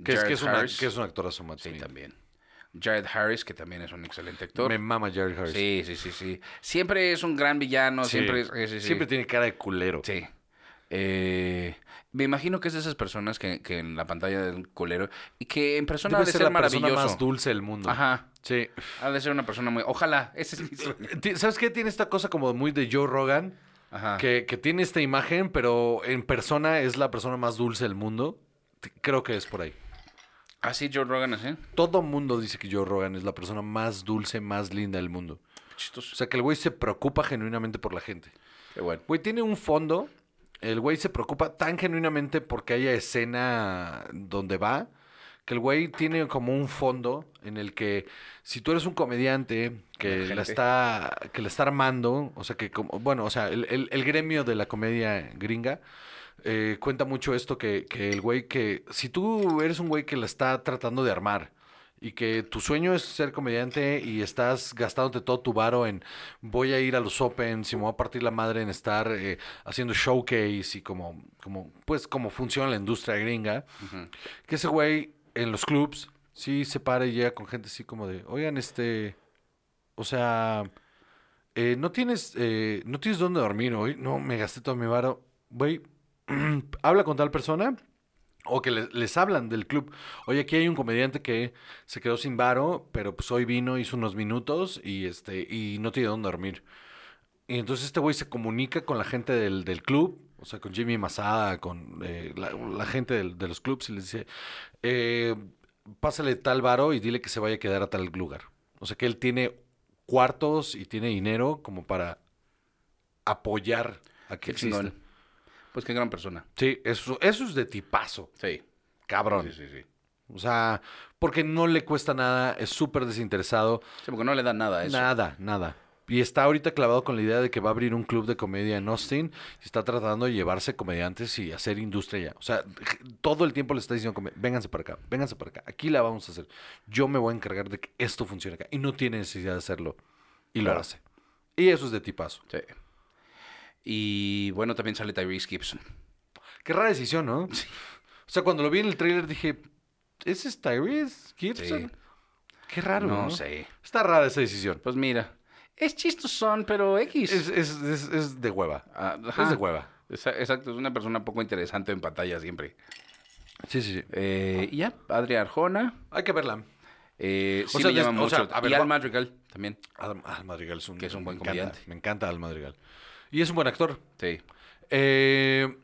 Que es, Jared que es, una, Harris. que es un actorazo, Matt Sí, Smith. también. Jared Harris, que también es un excelente actor. Me mama Jared Harris. Sí, sí, sí, sí. Siempre es un gran villano, Sí. siempre es... sí, sí, sí. Siempre tiene cara de culero. Sí. Eh, me imagino que es de esas personas que, que en la pantalla del colero y que en persona ha Debe de ser ser, la persona maravilloso. más dulce del mundo. Ajá. Sí. Ha de ser una persona muy. Ojalá. Ese es mi sueño. Ti- ¿Sabes qué? Tiene esta cosa como muy de Joe Rogan, Ajá. que, que tiene esta imagen, pero en persona es la persona más dulce del mundo. T- Creo que es por ahí. Así Ah, Joe Rogan así. Todo mundo dice que Joe Rogan es la persona más dulce, más linda del mundo. O Chistoso. sea, que el güey se preocupa genuinamente por la gente. Qué bueno. Güey, tiene un fondo. El güey se preocupa tan genuinamente porque haya escena donde va. Que el güey tiene como un fondo en el que si tú eres un comediante La que gente. la está, que la está armando, o sea que como, bueno, o sea, el, el- el gremio de la comedia gringa eh, cuenta mucho esto que, que el güey que, si tú eres un güey que la está tratando de armar y que tu sueño es ser comediante y estás gastándote todo tu varo en voy a ir a los Open, si me voy a partir la madre en estar eh, haciendo showcase y como, como, pues como funciona la industria gringa, que ese güey en los clubs sí se para y llega con gente así como de, oigan, este, o sea, eh, no tienes, eh, no tienes dónde dormir hoy, no, me gasté todo mi varo, güey, habla con tal persona. O que le- les hablan del club. Oye, aquí hay un comediante que se quedó sin varo, pero pues hoy vino, hizo unos minutos y este, y no tiene dónde dormir. Y entonces este güey se comunica con la gente del, del club, o sea, con Jimmy Masada, con eh, la, la gente del- de los clubs y les dice, eh, pásale tal varo y dile que se vaya a quedar a tal lugar. O sea, que él tiene cuartos y tiene dinero como para apoyar a que Qué exista. chingón. Pues qué gran persona. Sí, eso, eso es de tipazo, Sí. cabrón. Sí, sí, sí. O sea, porque no le cuesta nada, es súper desinteresado. Sí, porque no le da nada a eso. Nada, nada. Y está ahorita clavado con la idea de que va a abrir un club de comedia en Austin y está tratando de llevarse comediantes y hacer industria ya. O sea, todo el tiempo le está diciendo, come- vénganse para acá, vénganse para acá, aquí la vamos a hacer. Yo me voy a encargar de que esto funcione acá. Y no tiene necesidad de hacerlo. Y Claro. lo hace. Y eso es de tipazo. Sí. Y bueno, también sale Tyrese Gibson. Qué rara decisión, ¿no? O sea, cuando lo vi en el tráiler dije, ¿ese es Tyrese Gibson? Sí. Qué raro, No ¿no? sé. Está rara esa decisión. Pues mira. Es chistosón, pero X. Es, es- es- es de hueva. Ah, Es ajá. de hueva. Esa- Exacto, es una persona poco interesante en pantalla siempre. Sí, sí, sí. Eh, y ya, Adri Arjona. Hay que verla. Eh, O sí sea, me llama des- o mucho. sea, a ver, y Al va- Madrigal también. Adam, Al Madrigal es un, Que es un buen me encanta, comediante. me encanta Al Madrigal. Y es un buen actor. Sí. Eh,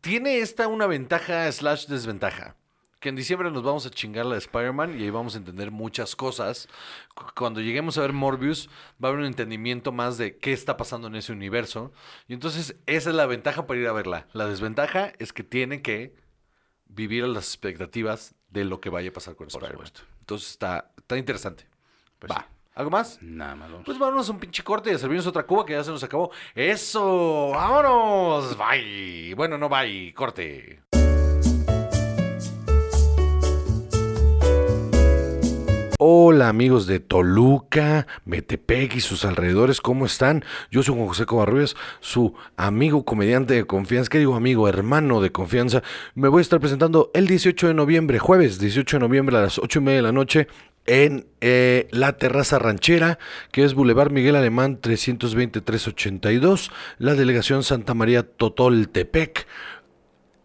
tiene esta una ventaja slash desventaja. Que en diciembre nos vamos a chingar la de Spider-Man y ahí vamos a entender muchas cosas. Cu- Cuando lleguemos a ver Morbius, va a haber un entendimiento más de qué está pasando en ese universo. Y entonces esa es la ventaja para ir a verla. La desventaja es que tiene que vivir a las expectativas de lo que vaya a pasar con Spider-Man. supuesto. Entonces está, está interesante. Pues va. sí. ¿Algo más? Nada más. vamos. Pues vámonos a un pinche corte y a servirnos otra cuba que ya se nos acabó. ¡Eso! ¡Vámonos! ¡Bye! Bueno, no bye, corte. Hola amigos de Toluca, Metepec y sus alrededores, ¿cómo están? Yo soy Juan José Covarrubias, su amigo comediante de confianza, ¿qué digo amigo? Hermano de confianza. Me voy a estar presentando el 18 de noviembre, jueves 18 de noviembre a las 8 y media de la noche en eh, la terraza ranchera, que es Boulevard Miguel Alemán 32382, la delegación Santa María Totoltepec.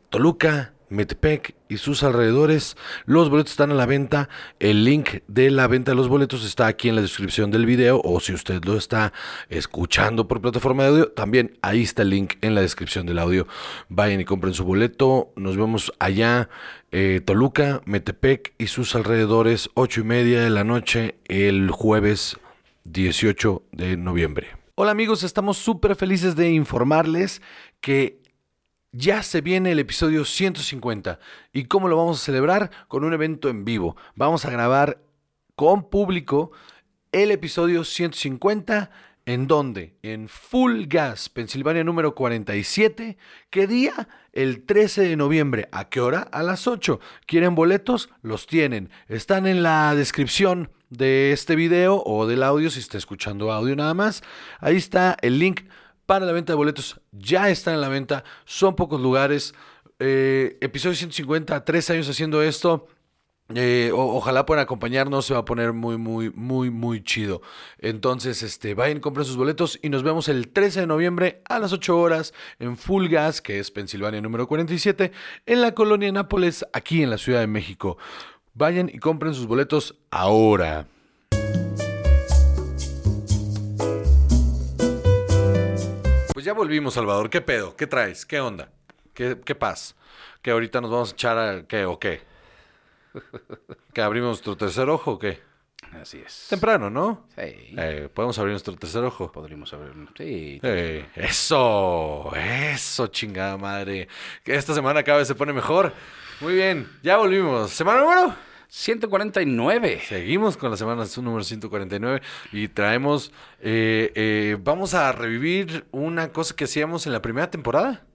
Toluca, Metepec y sus alrededores. Los boletos están a la venta. El link de la venta de los boletos está aquí en la descripción del video o si usted lo está escuchando por plataforma de audio, también ahí está el link en la descripción del audio. Vayan y compren su boleto. Nos vemos allá. eh, Toluca, Metepec y sus alrededores, ocho y media de la noche el jueves 18 de noviembre. Hola amigos, estamos súper felices de informarles que ya se viene el episodio 150. ¿Y cómo lo vamos a celebrar? Con un evento en vivo. Vamos a grabar con público el episodio 150 ¿En dónde? En Full Gas, Pensilvania número 47. ¿Qué día? El 13 de noviembre. ¿A qué hora? A las 8. ¿Quieren boletos? Los tienen. Están en la descripción de este video o del audio, si está escuchando audio nada más. Ahí está el link para la venta de boletos. Ya están en la venta. Son pocos lugares. Eh, episodio 150, tres años haciendo esto. Eh, o- ojalá puedan acompañarnos, se va a poner muy, muy, muy, muy chido. Entonces, este, vayan, compren sus boletos y nos vemos el 13 de noviembre a las 8 horas en Full Gas, que es Pensilvania número 47, en la colonia Nápoles, aquí en la Ciudad de México. Vayan y compren sus boletos ahora. Pues ya volvimos, Salvador. ¿Qué pedo? ¿Qué traes? ¿Qué onda? ¿Qué, qué paz? ¿Que ahorita nos vamos a echar a qué o qué? ¿Que abrimos nuestro tercer ojo o qué? Así es. Temprano, ¿no? Sí. Eh, podemos abrir nuestro tercer ojo. Podríamos haber. Sí. Eh, eso, eso, chingada madre. Que Esta semana cada vez se pone mejor. Muy bien, ya volvimos. Semana número. 149. Seguimos con la semana su- número 149 y traemos. eh, eh, vamos a revivir una cosa que hacíamos en la primera temporada.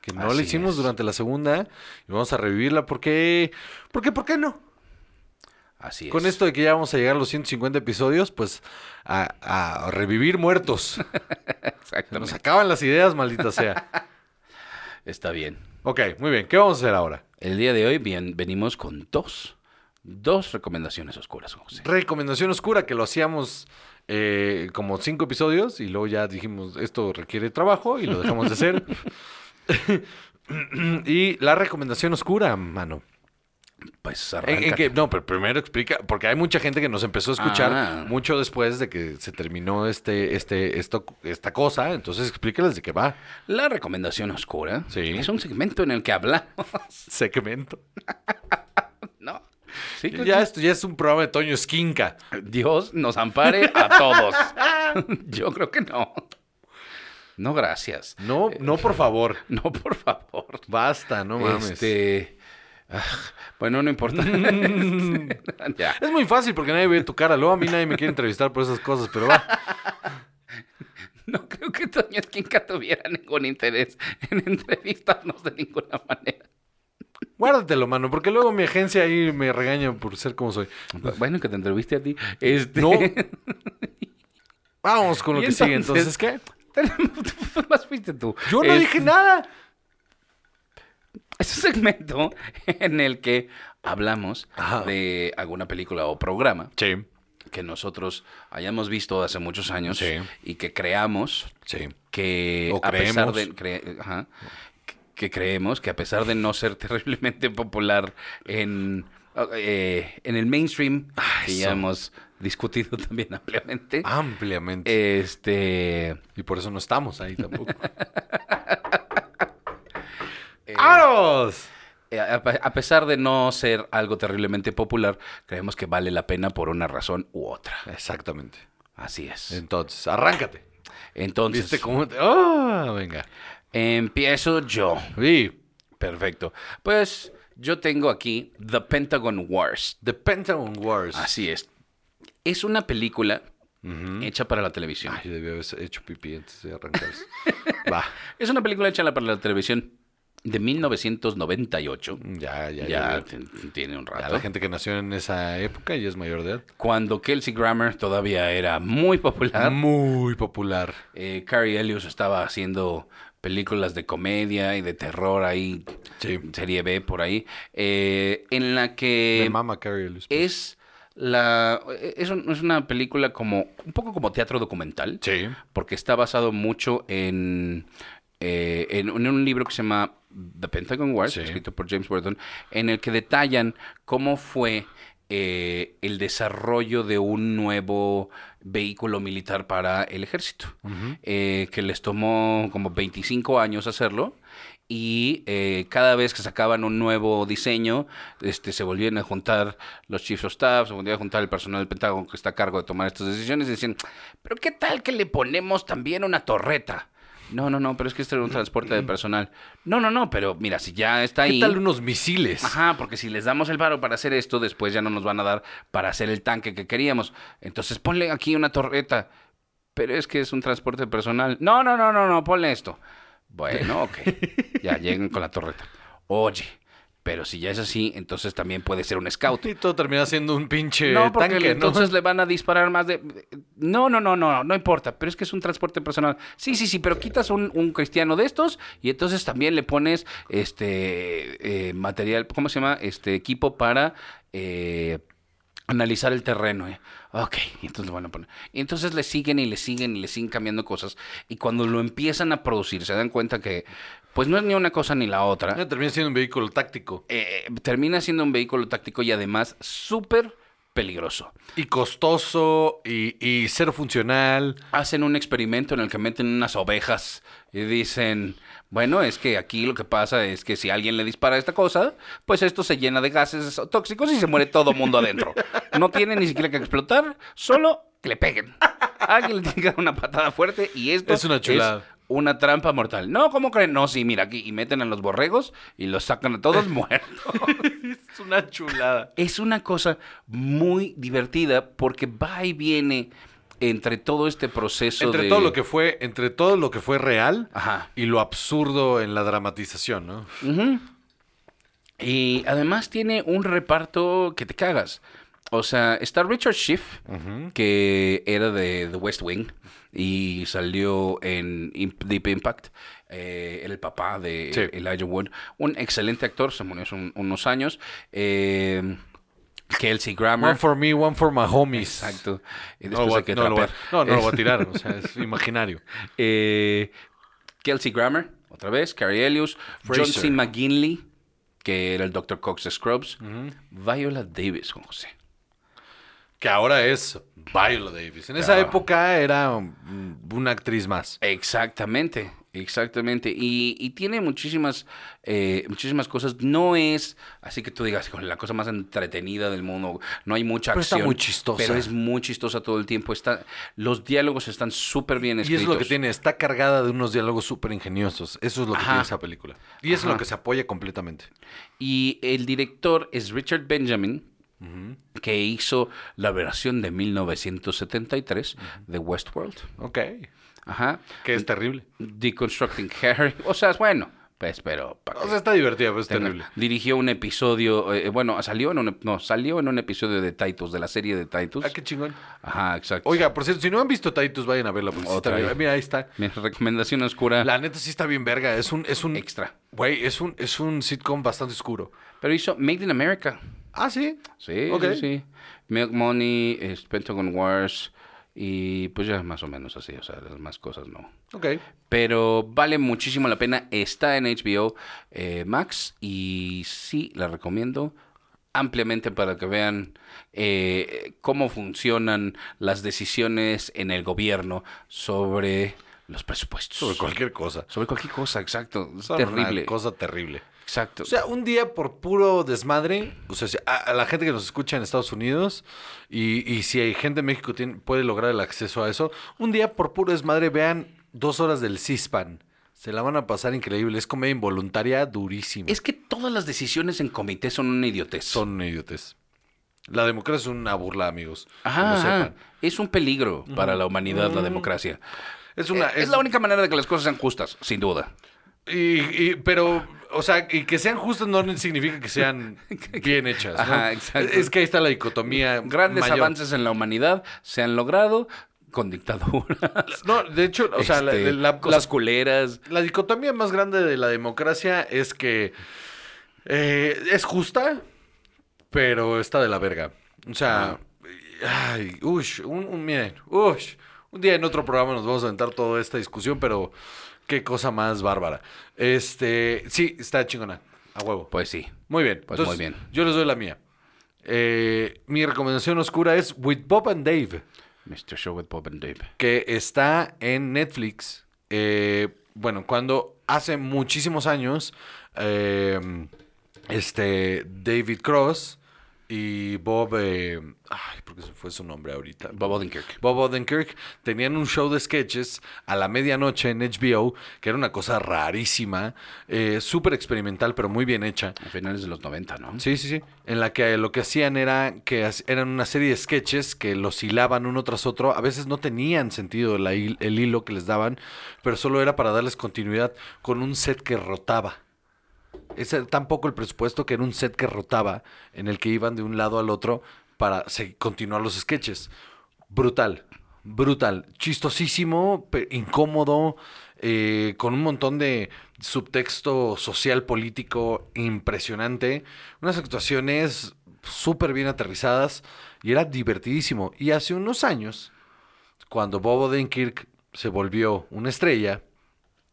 Que no Así la hicimos es. durante la segunda. Y vamos a revivirla porque. ¿Por qué? ¿Por qué no? Así es. Con esto de que ya vamos a llegar a los 150 episodios, pues a, a revivir muertos. Se nos Exactamente. acaban las ideas, maldita sea. Está bien. Ok, muy bien. ¿Qué vamos a hacer ahora? El día de hoy bien, venimos con dos. Dos recomendaciones oscuras, José. Recomendación oscura, que lo hacíamos eh, como cinco episodios y luego ya dijimos, esto requiere trabajo y lo dejamos de hacer. y la recomendación oscura, mano. Pues En- en arranca. que- no, pero primero explica, porque hay mucha gente que nos empezó a escuchar Ah. mucho después de que se terminó este, este, esto, esta cosa. Entonces explícales de qué va. La recomendación oscura Sí. es un segmento en el que hablamos, Segmento. ¿no? Sí, creo Ya que- esto ya es un programa de Toño Esquinca. Dios nos ampare a todos. Yo creo que no. No, gracias. No, no, por favor. No, por favor. Basta, no mames. Este. ah, bueno, no importa. Mm. ya. Es muy fácil porque nadie ve tu cara. Luego a mí nadie me quiere entrevistar por esas cosas, pero va. No creo que Toño Esquinca tuviera ningún interés en entrevistarnos de ninguna manera. Guárdatelo, mano, porque luego mi agencia ahí me regaña por ser como soy. Bueno, que te entreviste a ti. Este, Pues. No. Vamos con lo Y que sigue. entonces- Entonces, ¿qué? tenemos- pues más fuiste tú. Yo no Es- dije nada. Es un segmento en el que hablamos Ajá. de alguna película o programa Sí, que nosotros hayamos visto hace muchos años Sí. y que creamos sí. que O a pesar creemos. de cre- ajá, que- que creemos que a pesar de no ser terriblemente popular en eh, en el mainstream Ah, que ya eso. Ah. hemos discutido también ampliamente Ampliamente. Eh, este Y por eso no estamos ahí tampoco. ¡Aros! eh, a, a pesar de no ser algo terriblemente popular creemos que vale la pena por una razón u otra Exactamente. así es Entonces, arráncate. entonces Eh, ¿Viste cómo te- ¡Ah! venga. empiezo yo Sí. perfecto pues yo tengo aquí The Pentagon Wars The Pentagon Wars. Así es. Es una película Ujú. hecha para la televisión. Ay, yo debía haber hecho pipí antes de arrancar. Va. Es una película hecha para la televisión de 1998. Ya, Mm, ya, ya. Ya, ya. t- t- tiene un Ya rato. la gente que nació en esa época y es mayor de edad. Cuando Kelsey Grammer todavía era muy popular, Mm. Muy popular. eh, Carrie Ellios estaba haciendo películas de comedia y de terror ahí, Sí. serie B por ahí, eh, en la que... Mi mamá Carrie Ellis. es la es, un- es una película como un poco como teatro documental Sí. porque está basado mucho en eh, en, un- en un libro que se llama The Pentagon Wars Sí. escrito por James Burton en el que detallan cómo fue eh, el desarrollo de un nuevo vehículo militar para el ejército eh, que les tomó como 25 años hacerlo. Y eh, cada vez que sacaban un nuevo diseño, este, se volvían a juntar los chiefs of staff, se volvían a juntar el personal del Pentágono que está a cargo de tomar estas decisiones y decían, pero ¿qué tal que le ponemos también una torreta? No, no, no, pero es que este era un transporte de personal. No, no, no, pero mira, si ya está ahí... ¿Qué tal unos misiles? Ajá, porque si les damos el varo para hacer esto, después ya no nos van a dar para hacer el tanque que queríamos. Entonces ponle aquí una torreta. pero es que es un transporte personal. No, no, no, no, no, ponle esto. Bueno, ok. ya llegan con la torreta. Oye, pero si ya es así, entonces también puede ser un scout. Y todo termina siendo un pinche No, porque eh, tanque, ¿no? entonces le van a disparar más de... No, no, no, no, no importa, pero es que es un transporte personal. Sí, sí, sí, pero quitas un, un cristiano de estos y entonces también le pones este eh, material, ¿cómo se llama? Este equipo para eh, analizar el terreno. ¿eh? Ok, y entonces lo van a poner. Y entonces le siguen y le siguen y le siguen cambiando cosas. Y cuando lo empiezan a producir, se dan cuenta que pues no es ni una cosa ni la otra Ya termina siendo un vehículo táctico. eh, termina siendo un vehículo táctico y además súper peligroso. Y costoso, y, y ser funcional. Hacen un experimento en el que meten unas ovejas y dicen, bueno, es que aquí lo que pasa es que si alguien le dispara esta cosa, pues esto se llena de gases tóxicos y se muere todo mundo adentro. No tiene ni siquiera que explotar, solo que le peguen. Alguien le tiene que dar una patada fuerte y esto Es una chulada. una trampa mortal. No, ¿cómo creen? No, sí, mira aquí. Y meten a los borregos y los sacan a todos muertos. Es una chulada. es una cosa muy divertida porque va y viene entre todo este proceso Entre de- todo lo que fue, entre todo lo que fue real Ajá. y lo absurdo en la dramatización, ¿no? Ujú. Y además tiene un reparto que te cagas. O sea, está Richard Schiff, que era de The West Wing y salió en Imp- Deep Impact, eh, era el papá de Sí. Elijah Wood. Un excelente actor, se murió hace un- unos años. Eh, Kelsey Grammer. One for me, one for my homies. Exacto. Y No lo, después voy hay a, que no, lo voy a- trapear. no, no lo voy a tirar, o sea, es imaginario. Eh, Kelsey Grammer, otra vez, Carrie Elius, John Fraser. C. McGinley, que era el Dr. Cox de Scrubs, Viola Davis, Juan José. Que ahora es Viola Davis. En esa Ah. época era mm, una actriz más. Exactamente, exactamente. Y, y tiene muchísimas, eh, muchísimas cosas. No es, así que tú digas, "Híjole, la cosa más entretenida del mundo. No hay mucha Pero está acción. muy chistosa. Pero es muy chistosa todo el tiempo. Está, los diálogos están súper bien Y escritos. eso es lo que tiene, está cargada de unos diálogos súper ingeniosos. Eso es lo que Ajá. tiene esa película. Y eso es Ajá. lo que se apoya completamente. Y el director es Richard Benjamin, que hizo la versión de 1973 de Westworld. Ok. Ajá. Que es terrible. Deconstructing Harry. O sea, es bueno. Pues, pero... pa' O qué sea, está divertida, pero es tenga- terrible. Dirigió un episodio... eh, bueno, salió en, un, ep- no, salió en un episodio de Titus, de la serie de Titus. Ah, qué chingón. Ajá, exacto. Oiga, por cierto, si no han visto Titus, vayan a verla. Porque sí está Otra bien. vez. Mira, ahí está. Mi recomendación oscura La neta sí está bien verga. Es un, es un extra. Güey, es un, es un sitcom bastante oscuro. Pero hizo Made in America. Ah, sí. Sí, Ok. sí, sí. Milk Money, eh, Pentagon Wars y pues ya más o menos así, o sea, las más cosas no. Ok. Pero vale muchísimo la pena, está en HBO eh, Max y sí, la recomiendo ampliamente para que vean eh, cómo funcionan las decisiones en el gobierno sobre los presupuestos. Sobre cualquier cosa. Sobre cualquier cosa, exacto. Es Es una terrible. cosa terrible. Exacto. O sea, un día por puro desmadre, o sea, si- a, a la gente que nos escucha en Estados Unidos y, y si hay gente en México tiene- puede lograr el acceso a eso, un día por puro desmadre vean dos horas del CISPAN. Se la van a pasar increíble. Es comedia involuntaria durísima. es que todas las decisiones en comité son una idiotez. Son idiotes. La democracia es una burla, amigos. que Ajá, lo ajá. sepan. es un peligro para la humanidad la democracia. Es Eh, una. es, la única manera de que las cosas sean justas, sin duda. Y, y- pero, o sea, y que sean justas no significa que sean bien hechas. ¿no? Ajá, exacto. Es que ahí está la dicotomía. Grandes mayor. avances en la humanidad se han logrado con dictaduras. No, de hecho, o sea, la- este, la, la- cosas culeras. la dicotomía más grande de la democracia es que eh, es justa, pero está de la verga. O sea, ay, ush, un, un- miren, ush, un día en otro programa nos vamos a aventar toda esta discusión, pero qué cosa más bárbara. Este, sí, está chingona, a huevo. Pues sí. Muy bien. Pues muy bien. Yo les doy la mía. Eh, mi recomendación oscura es With Bob and Dave, Mr. Show with Bob and Dave. que está en Netflix. Eh, bueno, cuando hace muchísimos años, eh, este David Cross y Bob, eh, ay, ¿por qué se me fue su nombre ahorita. Bob Odenkirk. Bob Odenkirk, tenían un show de sketches a la medianoche en HBO, que era una cosa rarísima, eh, súper experimental, pero muy bien hecha. A finales de los 90, ¿no? Sí, sí, sí. En la que lo que hacían era que ha- eran una serie de sketches que los hilaban uno tras otro. A veces no tenían sentido la hil- el hilo que les daban, pero solo era para darles continuidad con un set que rotaba. Ese era tan poco el presupuesto que era un set que rotaba, en el que iban de un lado al otro para se- continuar los sketches. Brutal, brutal, chistosísimo, pe- incómodo, eh, con un montón de subtexto social, político impresionante. Unas actuaciones súper bien aterrizadas y era divertidísimo. Y hace unos años, cuando Bob Odenkirk se volvió una estrella,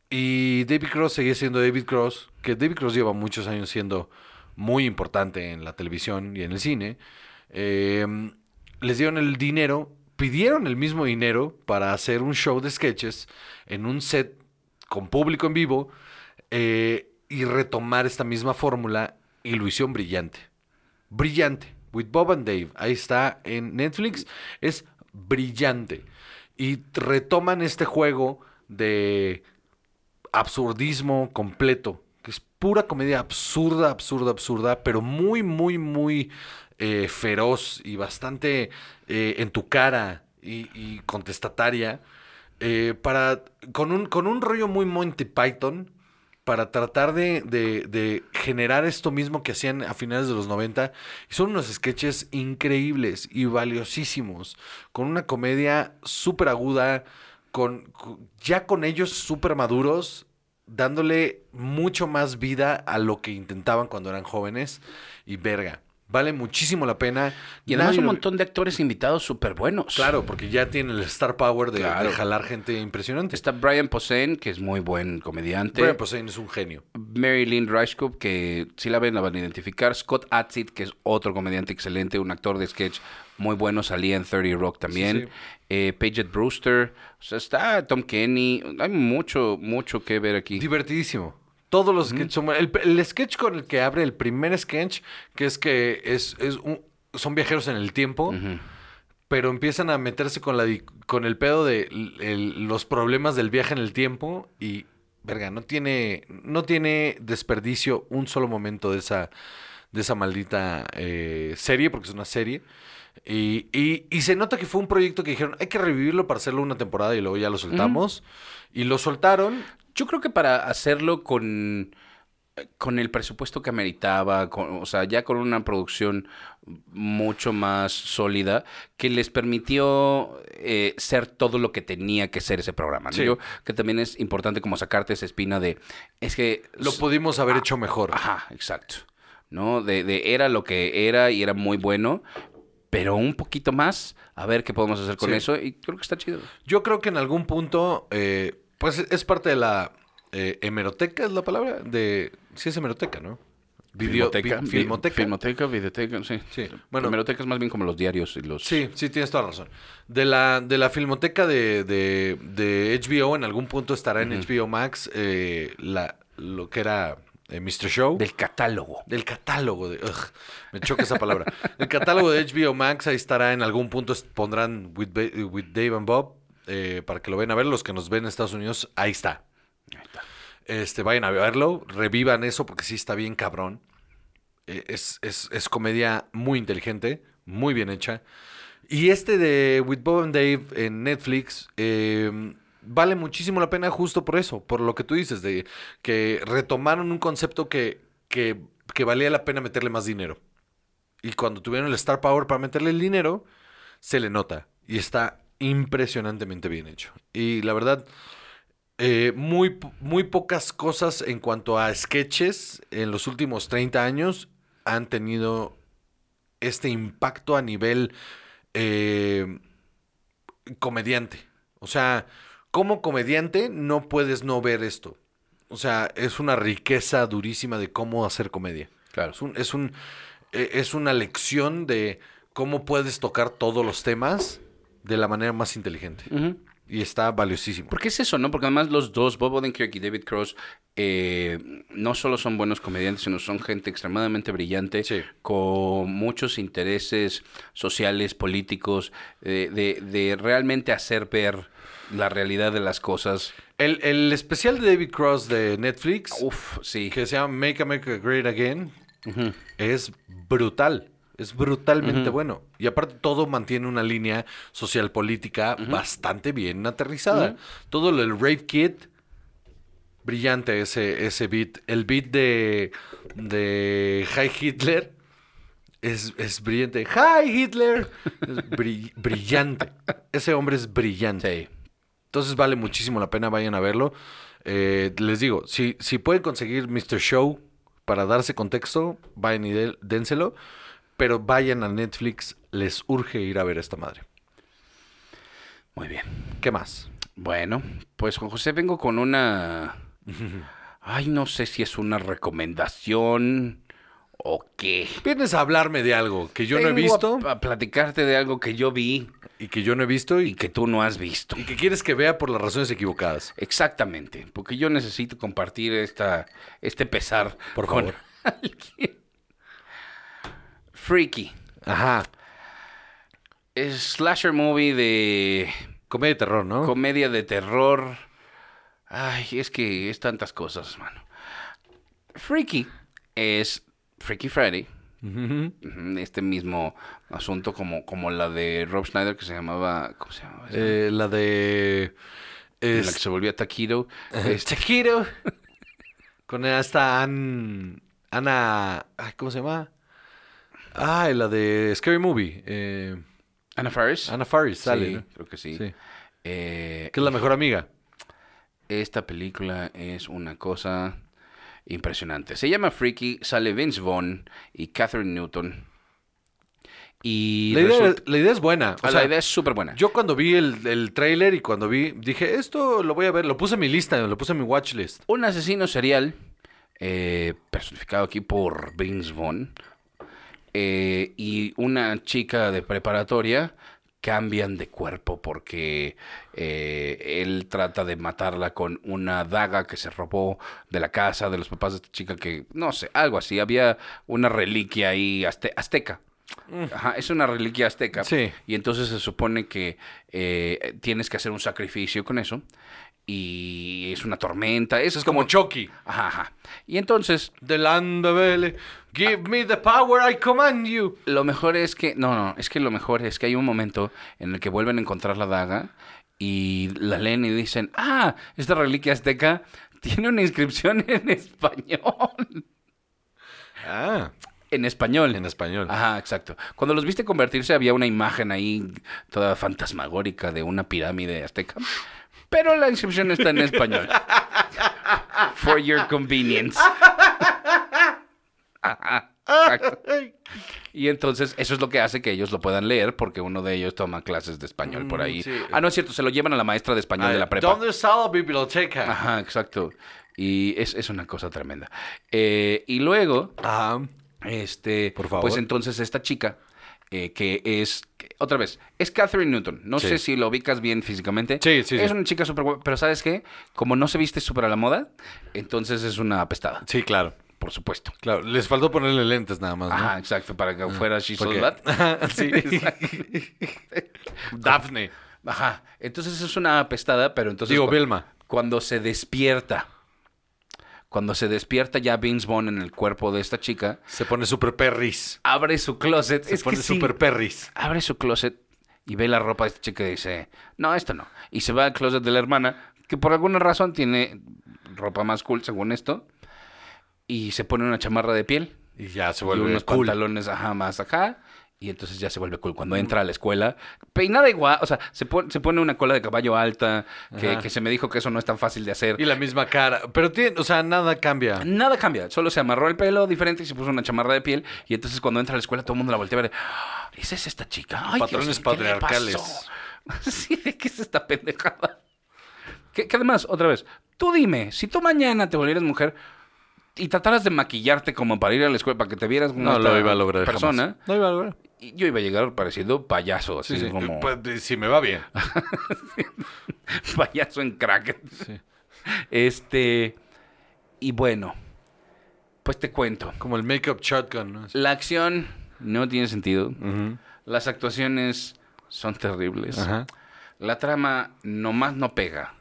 y David Cross seguía siendo David Cross, que David Cross lleva muchos años siendo muy importante en la televisión y en el cine. Eh, les dieron el dinero, pidieron el mismo dinero para hacer un show de sketches en un set con público en vivo eh, y retomar esta misma fórmula y lo hicieron brillante. Brillante. With Bob and Dave. Ahí está en Netflix. Es brillante. Y retoman este juego de absurdismo completo. Que es pura comedia absurda, absurda, absurda, pero muy, muy, muy eh, feroz y bastante eh, en tu cara y, y contestataria. eh, para, con, un, con un rollo muy Monty Python, para tratar de, de- de generar esto mismo que hacían a finales de los 90. Y son unos sketches increíbles y valiosísimos, con una comedia súper aguda, con, cu- ya con ellos súper maduros, dándole mucho más vida a lo que intentaban cuando eran jóvenes. Y verga, vale muchísimo la pena. Y además Nadie un lo- montón de actores invitados súper buenos. Claro, porque ya tienen el star power de, de Claro. Este jalar gente impresionante. Está Brian Posehn, que es muy buen comediante. Brian Posehn es un genio. Mary Lynn Ricecup, que si la ven la van a identificar. Scott Atzit, que es otro comediante excelente, un actor de sketch muy bueno, salía en 30 Rock también. Sí, sí. Eh, Paget Brewster, o sea, está Tom Kenny. Hay mucho, mucho que ver aquí. Divertidísimo. Todos los sketches son buenos. El, el sketch con el que abre el primer sketch, que es que es, es un- son viajeros en el tiempo, Ujú. pero empiezan a meterse con, la, di- con el pedo de l- el- los problemas del viaje en el tiempo y, verga, no tiene, no tiene desperdicio un solo momento de esa, de esa maldita eh, serie, porque es una serie. Y, y- y se nota que fue un proyecto que dijeron, hay que revivirlo para hacerlo una temporada y luego ya lo soltamos. Y lo soltaron Yo creo que para hacerlo con, eh, con el presupuesto que ameritaba, con- o sea, ya con una producción mucho más sólida, que les permitió eh, ser todo lo que tenía que ser ese programa. ¿no? Sí. Yo que también es importante como sacarte esa espina de, es que... Lo pudimos haber hecho mejor. Ajá, exacto. ¿No? De, de era lo que era y era muy bueno, pero un poquito más, a ver qué podemos hacer con Sí. eso. Y creo que está chido. Yo creo que en algún punto, eh, pues es parte de la eh, hemeroteca, es la palabra, de... Sí es hemeroteca, ¿no? Video- vi- vi- filmoteca. Filmoteca, videoteca, sí. Sí, bueno. Bueno, Hemeroteca es más bien como los diarios y los... Sí, sí, tienes toda la razón. De la, de la filmoteca de, de- de HBO, en algún punto estará en HBO Max eh, la, lo que era eh, Mr. Show. Del catálogo. Del catálogo de. ugh, me choca esa palabra. El catálogo de HBO Max, ahí estará en algún punto. es- Pondrán With, Ba- with Dave and Bob eh, para que lo vayan a ver. Los que nos ven en Estados Unidos, ahí está. Este, vayan a verlo, revivan eso porque sí está bien cabrón. Eh, es, es- es comedia muy inteligente, muy bien hecha. Y este de With Bob and Dave en Netflix eh, vale muchísimo la pena justo por eso, por lo que tú dices, de que retomaron un concepto que, que, que valía la pena meterle más dinero. Y cuando tuvieron el Star Power para meterle el dinero, se le nota. Y está impresionantemente bien hecho. Y la verdad, eh, muy, po- muy pocas cosas en cuanto a sketches en los últimos 30 años han tenido este impacto a nivel eh, comediante. O sea, como comediante no puedes no ver esto. O sea, es una riqueza durísima de cómo hacer comedia. Claro. Es, un- es, un- eh, es una lección de cómo puedes tocar todos los temas de la manera más inteligente. Ujú. Y está valiosísimo. Porque es eso, ¿no? Porque además los dos, Bob Odenkirk y David Cross, eh, no solo son buenos comediantes, sino son gente extremadamente brillante, Sí. con muchos intereses sociales, políticos, eh, de, de realmente hacer ver la realidad de las cosas. El, el especial de David Cross de Netflix, Uf, sí. que se llama Make America Great Again, es brutal. Es brutalmente bueno. Y aparte todo mantiene una línea social política bastante bien aterrizada. Todo lo del Rape Kit, brillante ese, ese beat. El beat de, de Hi Hitler es, es brillante. ¡Hi Hitler! Es bri- brillante. Ese hombre es brillante. Sí. Entonces vale muchísimo la pena, vayan a verlo. Eh, les digo, si, si pueden conseguir Mr. Show para darse contexto, vayan y dé- dénselo. Pero vayan a Netflix, les urge ir a ver esta madre. Muy bien. ¿Qué más? Bueno, pues Juan José, vengo con una... Ay, no sé si es una recomendación o qué. Vienes a hablarme de algo que yo no he Vengo a- visto A, platicarte de algo que yo vi y que yo no he visto y y, que tú no has visto. y que quieres que vea por las razones equivocadas. Exactamente, porque yo necesito compartir esta, este pesar Por con favor. alguien. Freaky. Ajá. Es slasher movie de Comedia de terror, ¿no? comedia de terror. Ay, es que es tantas cosas, mano. Freaky es Freaky Friday. Ujú. Ujú, Este mismo asunto como, como la de Rob Schneider que se llamaba... ¿Cómo se llamaba? esa? Eh, la de... La Es, que se volvía Taquito. Este Kiro. Con esta An... Ana... ay, ¿Cómo se llama? Ah, la de Scary Movie. eh, Anna Faris. Ana Faris sale, Sí, ¿no? creo que sí. Sí. Eh, Que es la mejor amiga. esta película es una cosa impresionante. Se llama Freaky, sale Vince Vaughn y Catherine Newton. Y La idea, resulta- Ah, la idea es buena. O la sea, idea es súper buena. yo cuando vi el, el trailer y cuando vi, dije, esto lo voy a ver. Lo puse en mi lista, lo puse en mi watch list. Un asesino serial, eh, personificado aquí por Vince Vaughn, eh, y una chica de preparatoria cambian de cuerpo porque eh, él trata de matarla con una daga que se robó de la casa de los papás de esta chica que, no sé, algo así. Había una reliquia ahí azte- azteca. Ajá, es una reliquia azteca. Sí. Y entonces se supone que eh, tienes que hacer un sacrificio con eso. Y es una tormenta. Eso Es como Chucky. Ajá, ajá. Y entonces, The land of Ele- Give me the power I command you. lo mejor es que. No, no, es que lo mejor es que hay un momento en el que vuelven a encontrar la daga y la leen y dicen: Ah, esta reliquia azteca tiene una inscripción en español. Ah, En español. en español. Ajá, exacto. Cuando los viste convertirse había una imagen ahí toda fantasmagórica de una pirámide azteca. Pero la inscripción está en español. For your convenience. Ajá, exacto. Y entonces eso es lo que hace que ellos lo puedan leer porque uno de ellos toma clases de español por Mm, ahí. sí. Ah, Ah, no es cierto, se lo llevan a la maestra de español de la prepa. ¿Dónde está la biblioteca? Ajá, exacto. Y es, es una cosa tremenda. Eh, y luego... Ajá. Este, Por favor. Pues entonces esta chica, eh, que es, que- otra vez, es Catherine Newton. No Sí. sé si lo ubicas bien físicamente. Sí, sí, sí. Es una chica súper guapa, pero ¿sabes qué? Como no se viste súper a la moda, entonces es una apestada, Sí, claro. por supuesto. Claro, les faltó ponerle lentes nada más, ¿no? Ajá, exacto, para que fuera She's Porque- All That. Ajá, Ah, sí. Daphne. Ajá, entonces es una apestada, pero entonces... Digo, cu- Vilma. Cuando se despierta, cuando se despierta ya Vince Vaughn en el cuerpo de esta chica, Se pone super perris. abre su closet. Se es que pone sí. super perris. abre su closet y ve la ropa de esta chica y dice, no, esto no. Y se va al closet de la hermana, que por alguna razón tiene ropa más cool, según esto, y se pone una chamarra de piel Y ya se y vuelve unos cool. Mm. pantalones ajá, más acá. Y entonces ya se vuelve cool. Cuando entra a la escuela, peinada igual, o sea, se, pon- se pone una cola de caballo alta, que, Ajá. que se me dijo que eso no es tan fácil de hacer. Y la misma cara. Pero tiene, o sea, nada cambia. Nada cambia, solo se amarró el pelo diferente y se puso una chamarra de piel. Y entonces cuando entra a la escuela todo el mundo la voltea a ver. "Ah, ¿Esa es esta chica? Ay, Dios patrones mío, ¿qué le patriarcales. pasó?" sí, ¿de qué es esta pendejada? Que, que además, otra vez, tú dime, si tú mañana te volvieras mujer y trataras de maquillarte como para ir a la escuela, para que te vieras como No esta lo iba a lograr. jamás. persona, No iba a lograr. Pues y yo iba a llegar pareciendo payaso, así Sí, sí. como... Pues, si me va bien. payaso en crack. Este, y bueno, pues te cuento. Como el make-up shotgun, ¿no? Así. La acción no tiene sentido. Las actuaciones son terribles. Ajá. La trama nomás no pega.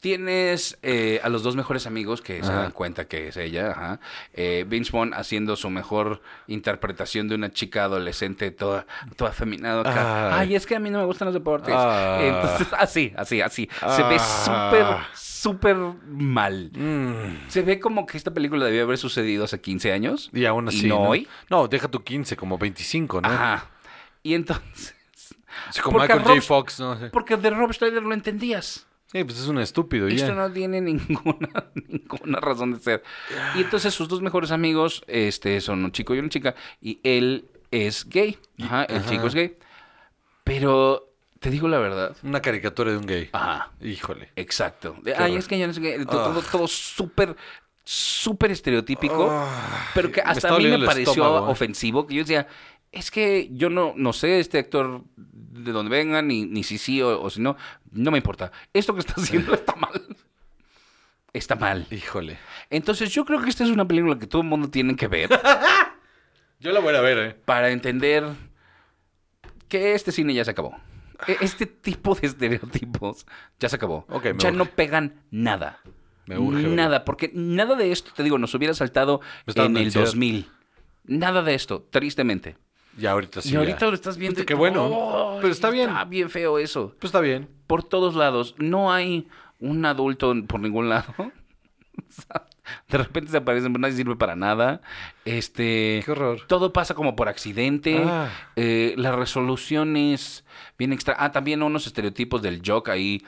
Tienes eh, a los dos mejores amigos que se Ajá. dan cuenta que es ella. Ajá. Eh, Vince Vaughn haciendo su mejor interpretación de una chica adolescente toda, toda afeminada. acá. Ay. Ay, es que a mí no me gustan los deportes. Ah. Entonces, así, así, así. Se ve Ah. súper, súper mal. Mm. Se ve como que esta película debió haber sucedido hace 15 años. Y aún así. no, hoy. No, deja tu 15, como 25, ¿no? Ajá. Y entonces. Así como Porque a Michael J. Rob- Fox, ¿no? Así. Porque de Rob Schneider lo entendías. Sí, pues es un estúpido. y Esto ya. Este no tiene ninguna, ninguna razón de ser. Y entonces sus dos mejores amigos este, son un chico y una chica. Y él es gay. Ajá, el Ajá. chico es gay. Pero te digo la verdad. Una caricatura de un gay. Ajá. Híjole. Exacto. De, Qué Ay, horror. es que yo no sé qué. to- Ah. Todo, todo súper, súper estereotípico. Ah, pero que me hasta está a mí me doliendo el pareció estómago, ¿eh? ofensivo. Que yo decía, es que yo no, no sé este actor de dónde venga, ni, ni si sí o, o si no. No me importa. Esto que está haciendo está mal. Está mal. Híjole. Entonces yo creo que esta es una película que todo el mundo tiene que ver Yo la voy a ir a ver, ¿eh? para entender que este cine ya se acabó. E- Este tipo de estereotipos ya se acabó. Ok, me ya urge. no pegan nada. Me urge verlo. Nada, porque nada de esto, te digo, nos hubiera saltado Me está en dando el ansiedad. 2000. Nada de esto, tristemente. Y ahorita sí. y ya. ahorita lo estás viendo. Puta, y- qué bueno. ¡Ay! Pero está bien. Está bien feo eso. Pues está bien. Por todos lados. No hay un adulto por ningún lado. O sea, De repente se aparecen, pero nadie sirve para nada. Este. Qué horror. Todo pasa como por accidente. Ah. Eh, la resolución es bien extra. Ah, también unos estereotipos del jock ahí,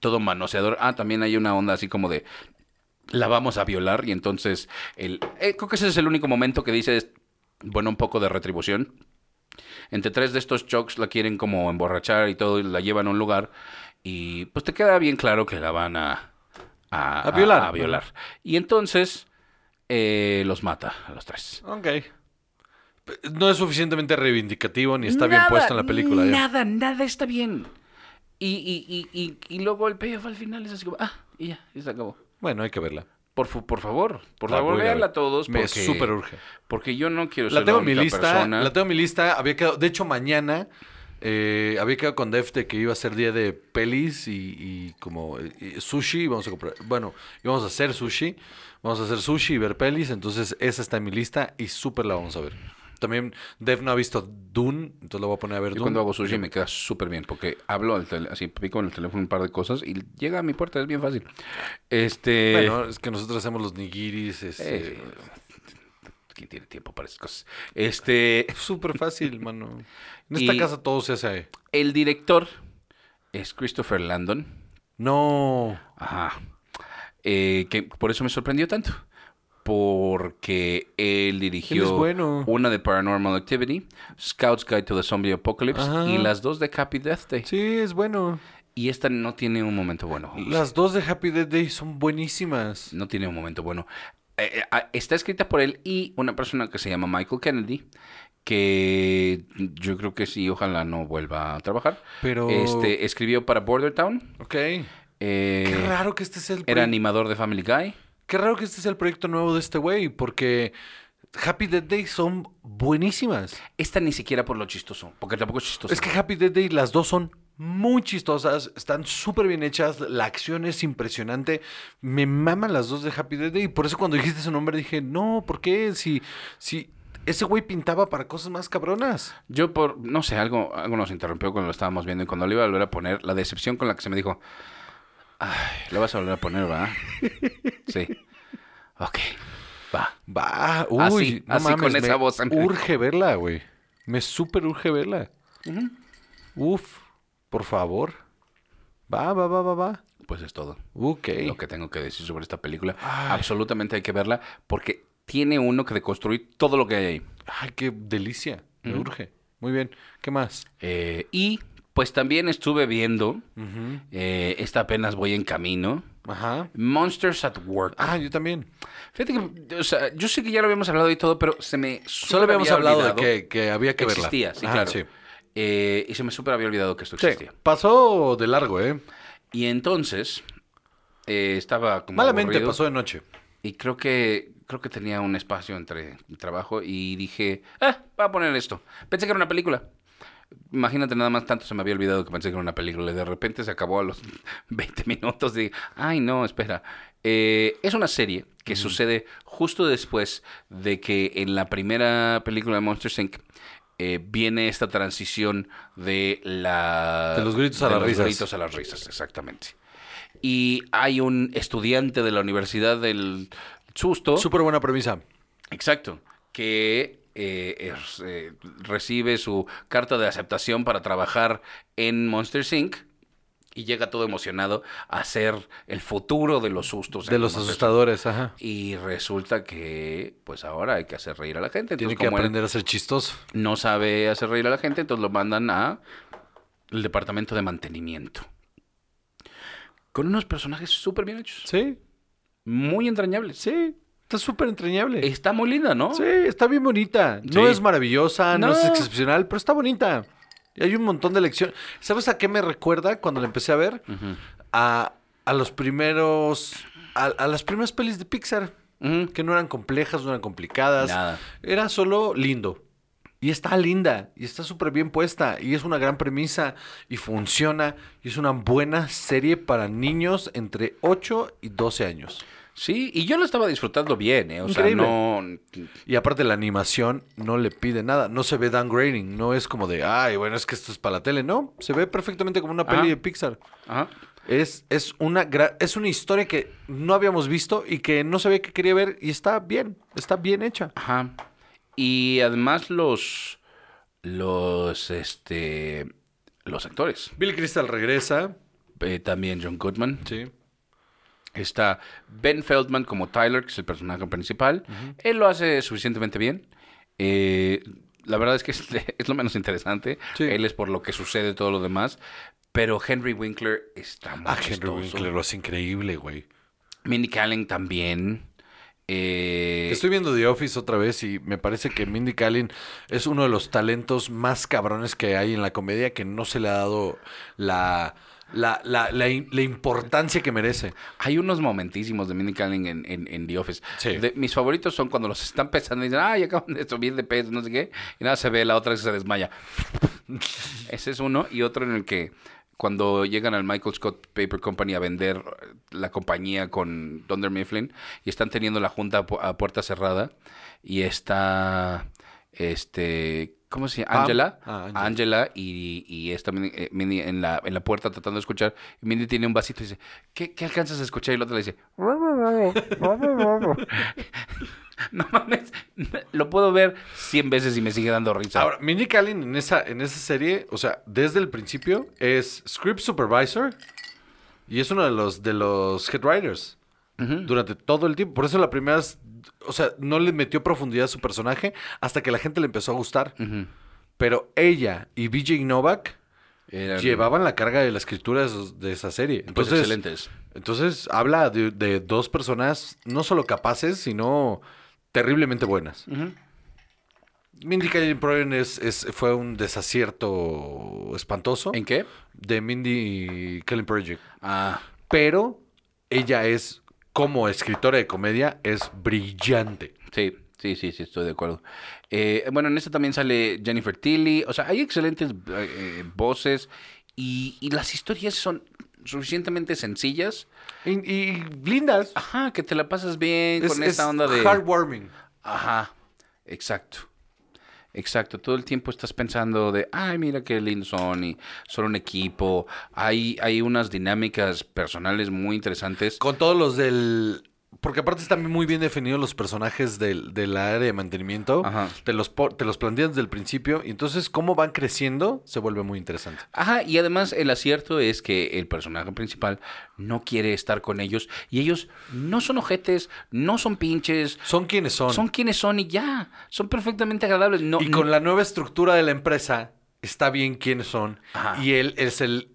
todo manoseador. Ah, también hay una onda así como de la vamos a violar y entonces el eh, creo que ese es el único momento que dices bueno un poco de retribución entre tres de estos jocks la quieren como emborrachar y todo y la llevan a un lugar y pues te queda bien claro que la van a a, A violar. a violar y entonces eh, los mata a los tres Ok. P- No es suficientemente reivindicativo ni está bien Nada, puesto en la película. ¿eh? ya. Nada, nada está bien. Y, y, y, y, y luego el payoff al final es así como, ah, y ya, y se acabó. Bueno, hay que verla. Por, fu- por favor, por La favor, voy a ir a véanla ver. todos. Ah, Me porque- súper urge. Porque yo no quiero ser La tengo en la mi única lista. persona. La tengo en mi lista. Había quedado. De hecho, mañana eh, había quedado con Def de que iba a ser día de pelis y, y como eh, y sushi. Vamos a comprar. Bueno, íbamos a hacer sushi. Vamos a hacer sushi y ver pelis. Entonces, esa está en mi lista y súper la vamos a ver. También Def no ha visto Dune, entonces la voy a poner a ver Yo Dune. cuando hago sushi me queda súper bien porque hablo al tele- así pico en el teléfono un par de cosas y llega a mi puerta, es bien fácil. Este... Bueno, es que nosotros hacemos los nigiris. este, eh, ¿Quién tiene tiempo para esas cosas? Este... Súper fácil, mano. En esta Y- casa todo se hace. El director es Christopher Landon. No. Ajá. Eh, que por eso me sorprendió tanto. Porque él dirigió Él es bueno. una de Paranormal Activity, Scout's Guide to the Zombie Apocalypse Ajá. y las dos de Happy Death Day. Sí, es bueno. Y esta no tiene un momento bueno. José. Las dos de Happy Death Day son buenísimas. No tiene un momento bueno. Eh, eh, ah, está escrita por él y una persona que se llama Michael Kennedy, que yo creo que sí, ojalá no vuelva a trabajar. Pero. Este, escribió para Border Town. Ok. Qué eh, raro que este sea el. era proye- animador de Family Guy. Qué raro que este sea el proyecto nuevo de este güey, porque Happy Death Day son buenísimas. Esta ni siquiera por lo chistoso, porque tampoco es chistoso. Es que Happy Death Day, las dos son muy chistosas, están súper bien hechas, la acción es impresionante. Me maman las dos de Happy Death Day. Por eso cuando dijiste su nombre dije, no, ¿por qué? Si, si ese güey pintaba para cosas más cabronas. yo por, no sé, algo, algo nos interrumpió cuando lo estábamos viendo y cuando le iba a volver a poner, la decepción con la que se me dijo, ay, lo vas a volver a poner, ¿verdad? Sí. Ok, va. Va, uy, Así, no así con mames, esa me voz, amigo. Urge verla, güey. Me súper urge verla. Uf, por favor. Va, va, va, va, va. Pues es todo Ok. lo que tengo que decir sobre esta película. Absolutamente hay que verla porque tiene uno que deconstruir todo lo que hay ahí. Ay, qué delicia. Me urge. Muy bien. ¿Qué más? Eh, y pues también estuve viendo, eh, esta apenas voy en camino, Ajá. Monsters at Work. Ah, yo también. Fíjate que, o sea, yo sé que ya lo habíamos hablado y todo, pero se me... Solo habíamos hablado de que que, que había que existía, verla. sí, Ajá, claro. Eh, y se me súper había olvidado que esto Sí, existía. pasó de largo, ¿eh? Y entonces eh, estaba como Malamente aburrido. pasó de noche. Y creo que creo que tenía un espacio entre mi trabajo y dije, ah, voy a poner esto. Pensé que era una película. Imagínate nada más tanto se me había olvidado que pensé que era una película. Y de repente se acabó a los 20 minutos de, ay no, espera. Eh, es una serie que sucede justo después de que en la primera película de Monster Inc. eh, viene esta transición de la... De los gritos a las los risas. gritos a las risas, exactamente y hay un estudiante de la Universidad del Susto. Súper buena premisa. Exacto. Que eh, es, eh, recibe su carta de aceptación para trabajar en Monster Inc. Y llega todo emocionado a ser el futuro de los sustos. De en los Monster asustadores, ajá. Inc. Y resulta que, pues ahora hay que hacer reír a la gente. Tiene Entonces, que como él aprender a ser chistoso. no sabe hacer reír a la gente, entonces lo mandan a el departamento de mantenimiento. Con unos personajes súper bien hechos. Sí, Muy entrañables. sí. Está súper entrañable. Está muy linda, ¿no? Sí, está bien bonita. No Oh. Sí. es maravillosa, no. es No. excepcional, pero está bonita. Y hay un montón de lecciones. ¿Sabes a qué me recuerda cuando la empecé a ver? Ujú. A, a los primeros. A, a las primeras pelis de Pixar. Ujú. Que no eran complejas, no eran complicadas. Nada. Era solo lindo. Y está linda. Y está súper bien puesta. Y es una gran premisa. Y funciona. Y es una buena serie para niños entre 8 y 12 años. Sí, y yo lo estaba disfrutando bien, ¿eh? O Increíble. sea, no... Y aparte la animación no le pide nada, no se ve downgrading, no es como de, ay, bueno, es que esto es para la tele, no, se ve perfectamente como una Ajá. peli de Pixar. Ajá. Es, es, una gra- es una historia que no habíamos visto y que no sabía que quería ver y está bien, está bien hecha. Ajá. Y además los... Los, este... Los actores. Bill Crystal regresa. Eh, también John Goodman. Sí. Está Ben Feldman como Tyler, que es el personaje principal. Él lo hace suficientemente bien. Eh, la verdad es que es, es lo menos interesante. Sí. Él es por lo que sucede todo lo demás. Pero Henry Winkler está muy Ah, Henry chistoso. Winkler lo hace increíble, güey. Mindy Kaling también. Eh, Estoy viendo The Office otra vez y me parece que Mindy Kaling es uno de los talentos más cabrones que hay en la comedia que no se le ha dado la, la, la, la im- la importancia que merece. Hay unos momentísimos de Mindy Kaling en, en- en The Office. Sí. De- mis favoritos son cuando los están pesando y dicen, ay, acaban de subir de peso, no sé qué. Y nada, se ve la otra que se desmaya. Ese es uno. Y otro en el que cuando llegan al Michael Scott Paper Company a vender eh, la compañía con Dunder Mifflin y están teniendo la junta a pu- a puerta cerrada y está, este, ¿cómo se Pam. llama? Angela. Ah, Angela. Angela. Angela y, y esta Mindy, eh, Mindy en, la, en la puerta tratando de escuchar. Y Mindy tiene un vasito y dice, ¿qué, qué alcanzas a escuchar? Y la otra le dice, no mames, lo puedo ver 100 veces y me sigue dando risa. Ahora, Mindy Kaling en esa, en esa serie, o sea, desde el principio es script supervisor y es uno de los, de los head writers Ujú. durante todo el tiempo. Por eso la primera, es- o sea, no le metió profundidad a su personaje hasta que la gente le empezó a gustar. Ujú. Pero ella y BJ Novak Eran, llevaban la carga de la escritura de esos- de esa serie. pues, Entonces, excelentes. entonces habla de, de dos personas no solo capaces, sino terriblemente buenas. Ujú. Mindy Kaling Proven es, es- fue un desacierto espantoso ¿En qué? de Mindy Kaling Project. Ah, Pero ella es, como escritora de comedia, es brillante. sí, sí, sí, sí, estoy de acuerdo. Eh, bueno, en esta también sale Jennifer Tilly. O sea, hay excelentes eh, eh, voces y, y las historias son suficientemente sencillas. Y, y lindas. Ajá, que te la pasas bien Es, Ah, con es esta onda de... heartwarming. Ajá, exacto. Exacto, todo el tiempo estás pensando de, ay, mira qué lindos son y son un equipo. Hay, hay unas dinámicas personales muy interesantes. Con todos los del... Porque aparte están muy bien definidos los personajes del, del área de mantenimiento. Ajá. Te los, po- te los plantean desde el principio. Y entonces cómo van creciendo se vuelve muy interesante. Ajá, y además el acierto es que el personaje principal no quiere estar con ellos y ellos no son ojetes, no son pinches, Son quienes son. son quienes son y ya, son perfectamente agradables. No, y con la nueva estructura de la empresa, está bien quiénes son. Ajá. Y él es el.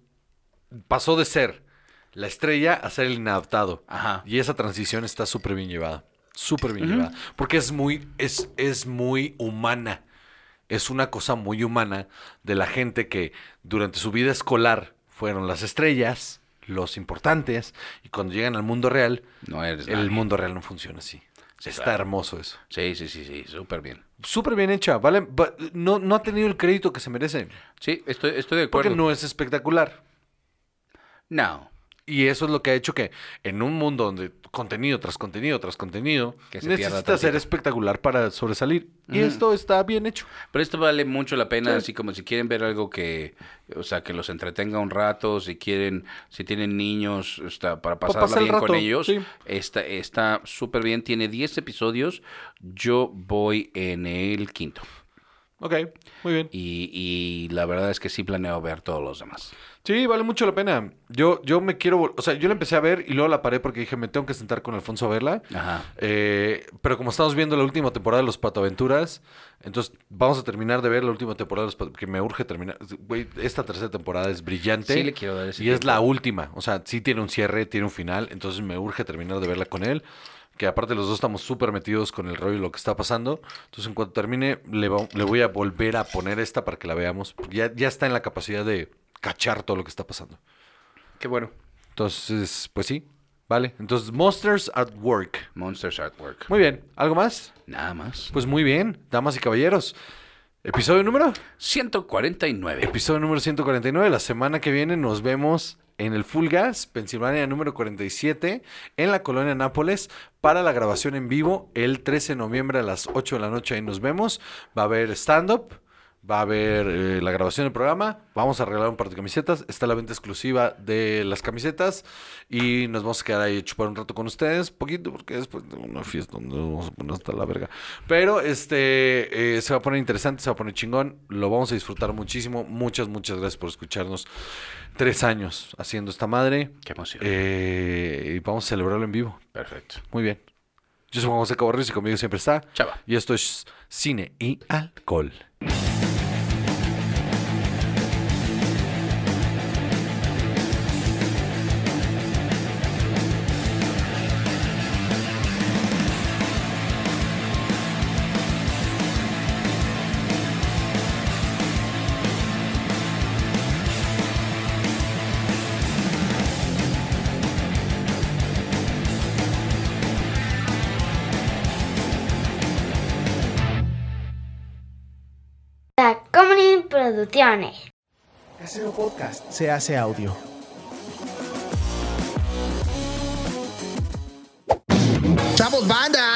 Pasó de ser la estrella a ser el inadaptado. Ajá. Y esa transición está súper bien llevada. Súper bien llevada. Porque es muy, es, es muy humana. es una cosa muy humana de la gente que durante su vida escolar fueron las estrellas, los importantes, y cuando llegan al mundo real, No eres el Pues nadie. mundo real no funciona así. Está claro. hermoso eso. Sí, sí, sí, sí, súper bien. Súper bien hecha, ¿vale? Va- No, no ha tenido el crédito que se merece. Sí, estoy, estoy de Porque acuerdo. no es espectacular. No. Y eso es lo que ha hecho que en un mundo donde contenido tras contenido tras contenido, Que se pierda necesita ser tantito. espectacular para sobresalir. Y Ujú. esto está bien hecho. Pero esto vale mucho la pena, así como si quieren ver algo que, o sea, que los entretenga un rato, si quieren, si tienen niños, o sea, para pasarla pasar el bien con rato, ellos, sí. está está súper bien. Tiene 10 episodios, yo voy en el quinto. Ok, muy bien. Y, y la verdad es que sí planeo ver todos los demás. Sí, vale mucho la pena. Yo, yo me quiero... vol- O sea, yo la empecé a ver y luego la paré porque dije, me tengo que sentar con Alfonso a verla. Ajá. Eh, pero como estamos viendo la última temporada de Los Patoaventuras, entonces vamos a terminar de ver la última temporada de Los Pato- que me urge terminar. Güey, esta tercera temporada es brillante. Sí le quiero dar ese Y es tiempo. la última. O sea, sí tiene un cierre, tiene un final, entonces me urge terminar de verla con él. Que aparte los dos estamos súper metidos con el rollo y lo que está pasando. Entonces en cuanto termine, le, va- le voy a volver a poner esta para que la veamos. porque Ya, ya está en la capacidad de cachar todo lo que está pasando. Qué bueno. Entonces, pues sí, vale. Entonces, Monsters at Work. Monsters Artwork. Muy bien, ¿algo más? Nada más. Pues muy bien, damas y caballeros. Episodio número. 149. Episodio número 149. La semana que viene nos vemos en el Full Gas, Pensilvania número 47, en la colonia Nápoles, para la grabación en vivo el 13 de noviembre a las 8 de la noche. Ahí nos vemos. Va a haber stand-up. Va a haber eh, la grabación del programa. Vamos a regalar un par de camisetas. Está la venta exclusiva de las camisetas. Y nos vamos a quedar ahí a chupar un rato con ustedes. Poquito, porque después de una fiesta donde nos vamos a poner hasta la verga. Pero este eh, se va a poner interesante, se va a poner chingón. Lo vamos a disfrutar muchísimo. Muchas, muchas gracias por escucharnos. Tres años haciendo esta madre. Qué emoción. Eh, y vamos a celebrarlo en vivo. Perfecto. Muy bien. Yo soy Juan José Cabarrus y conmigo siempre está. Chava. Y esto es Cine y Alcohol. La Comedy Producciones. Casero Podcast se hace audio. ¡Chavos, banda!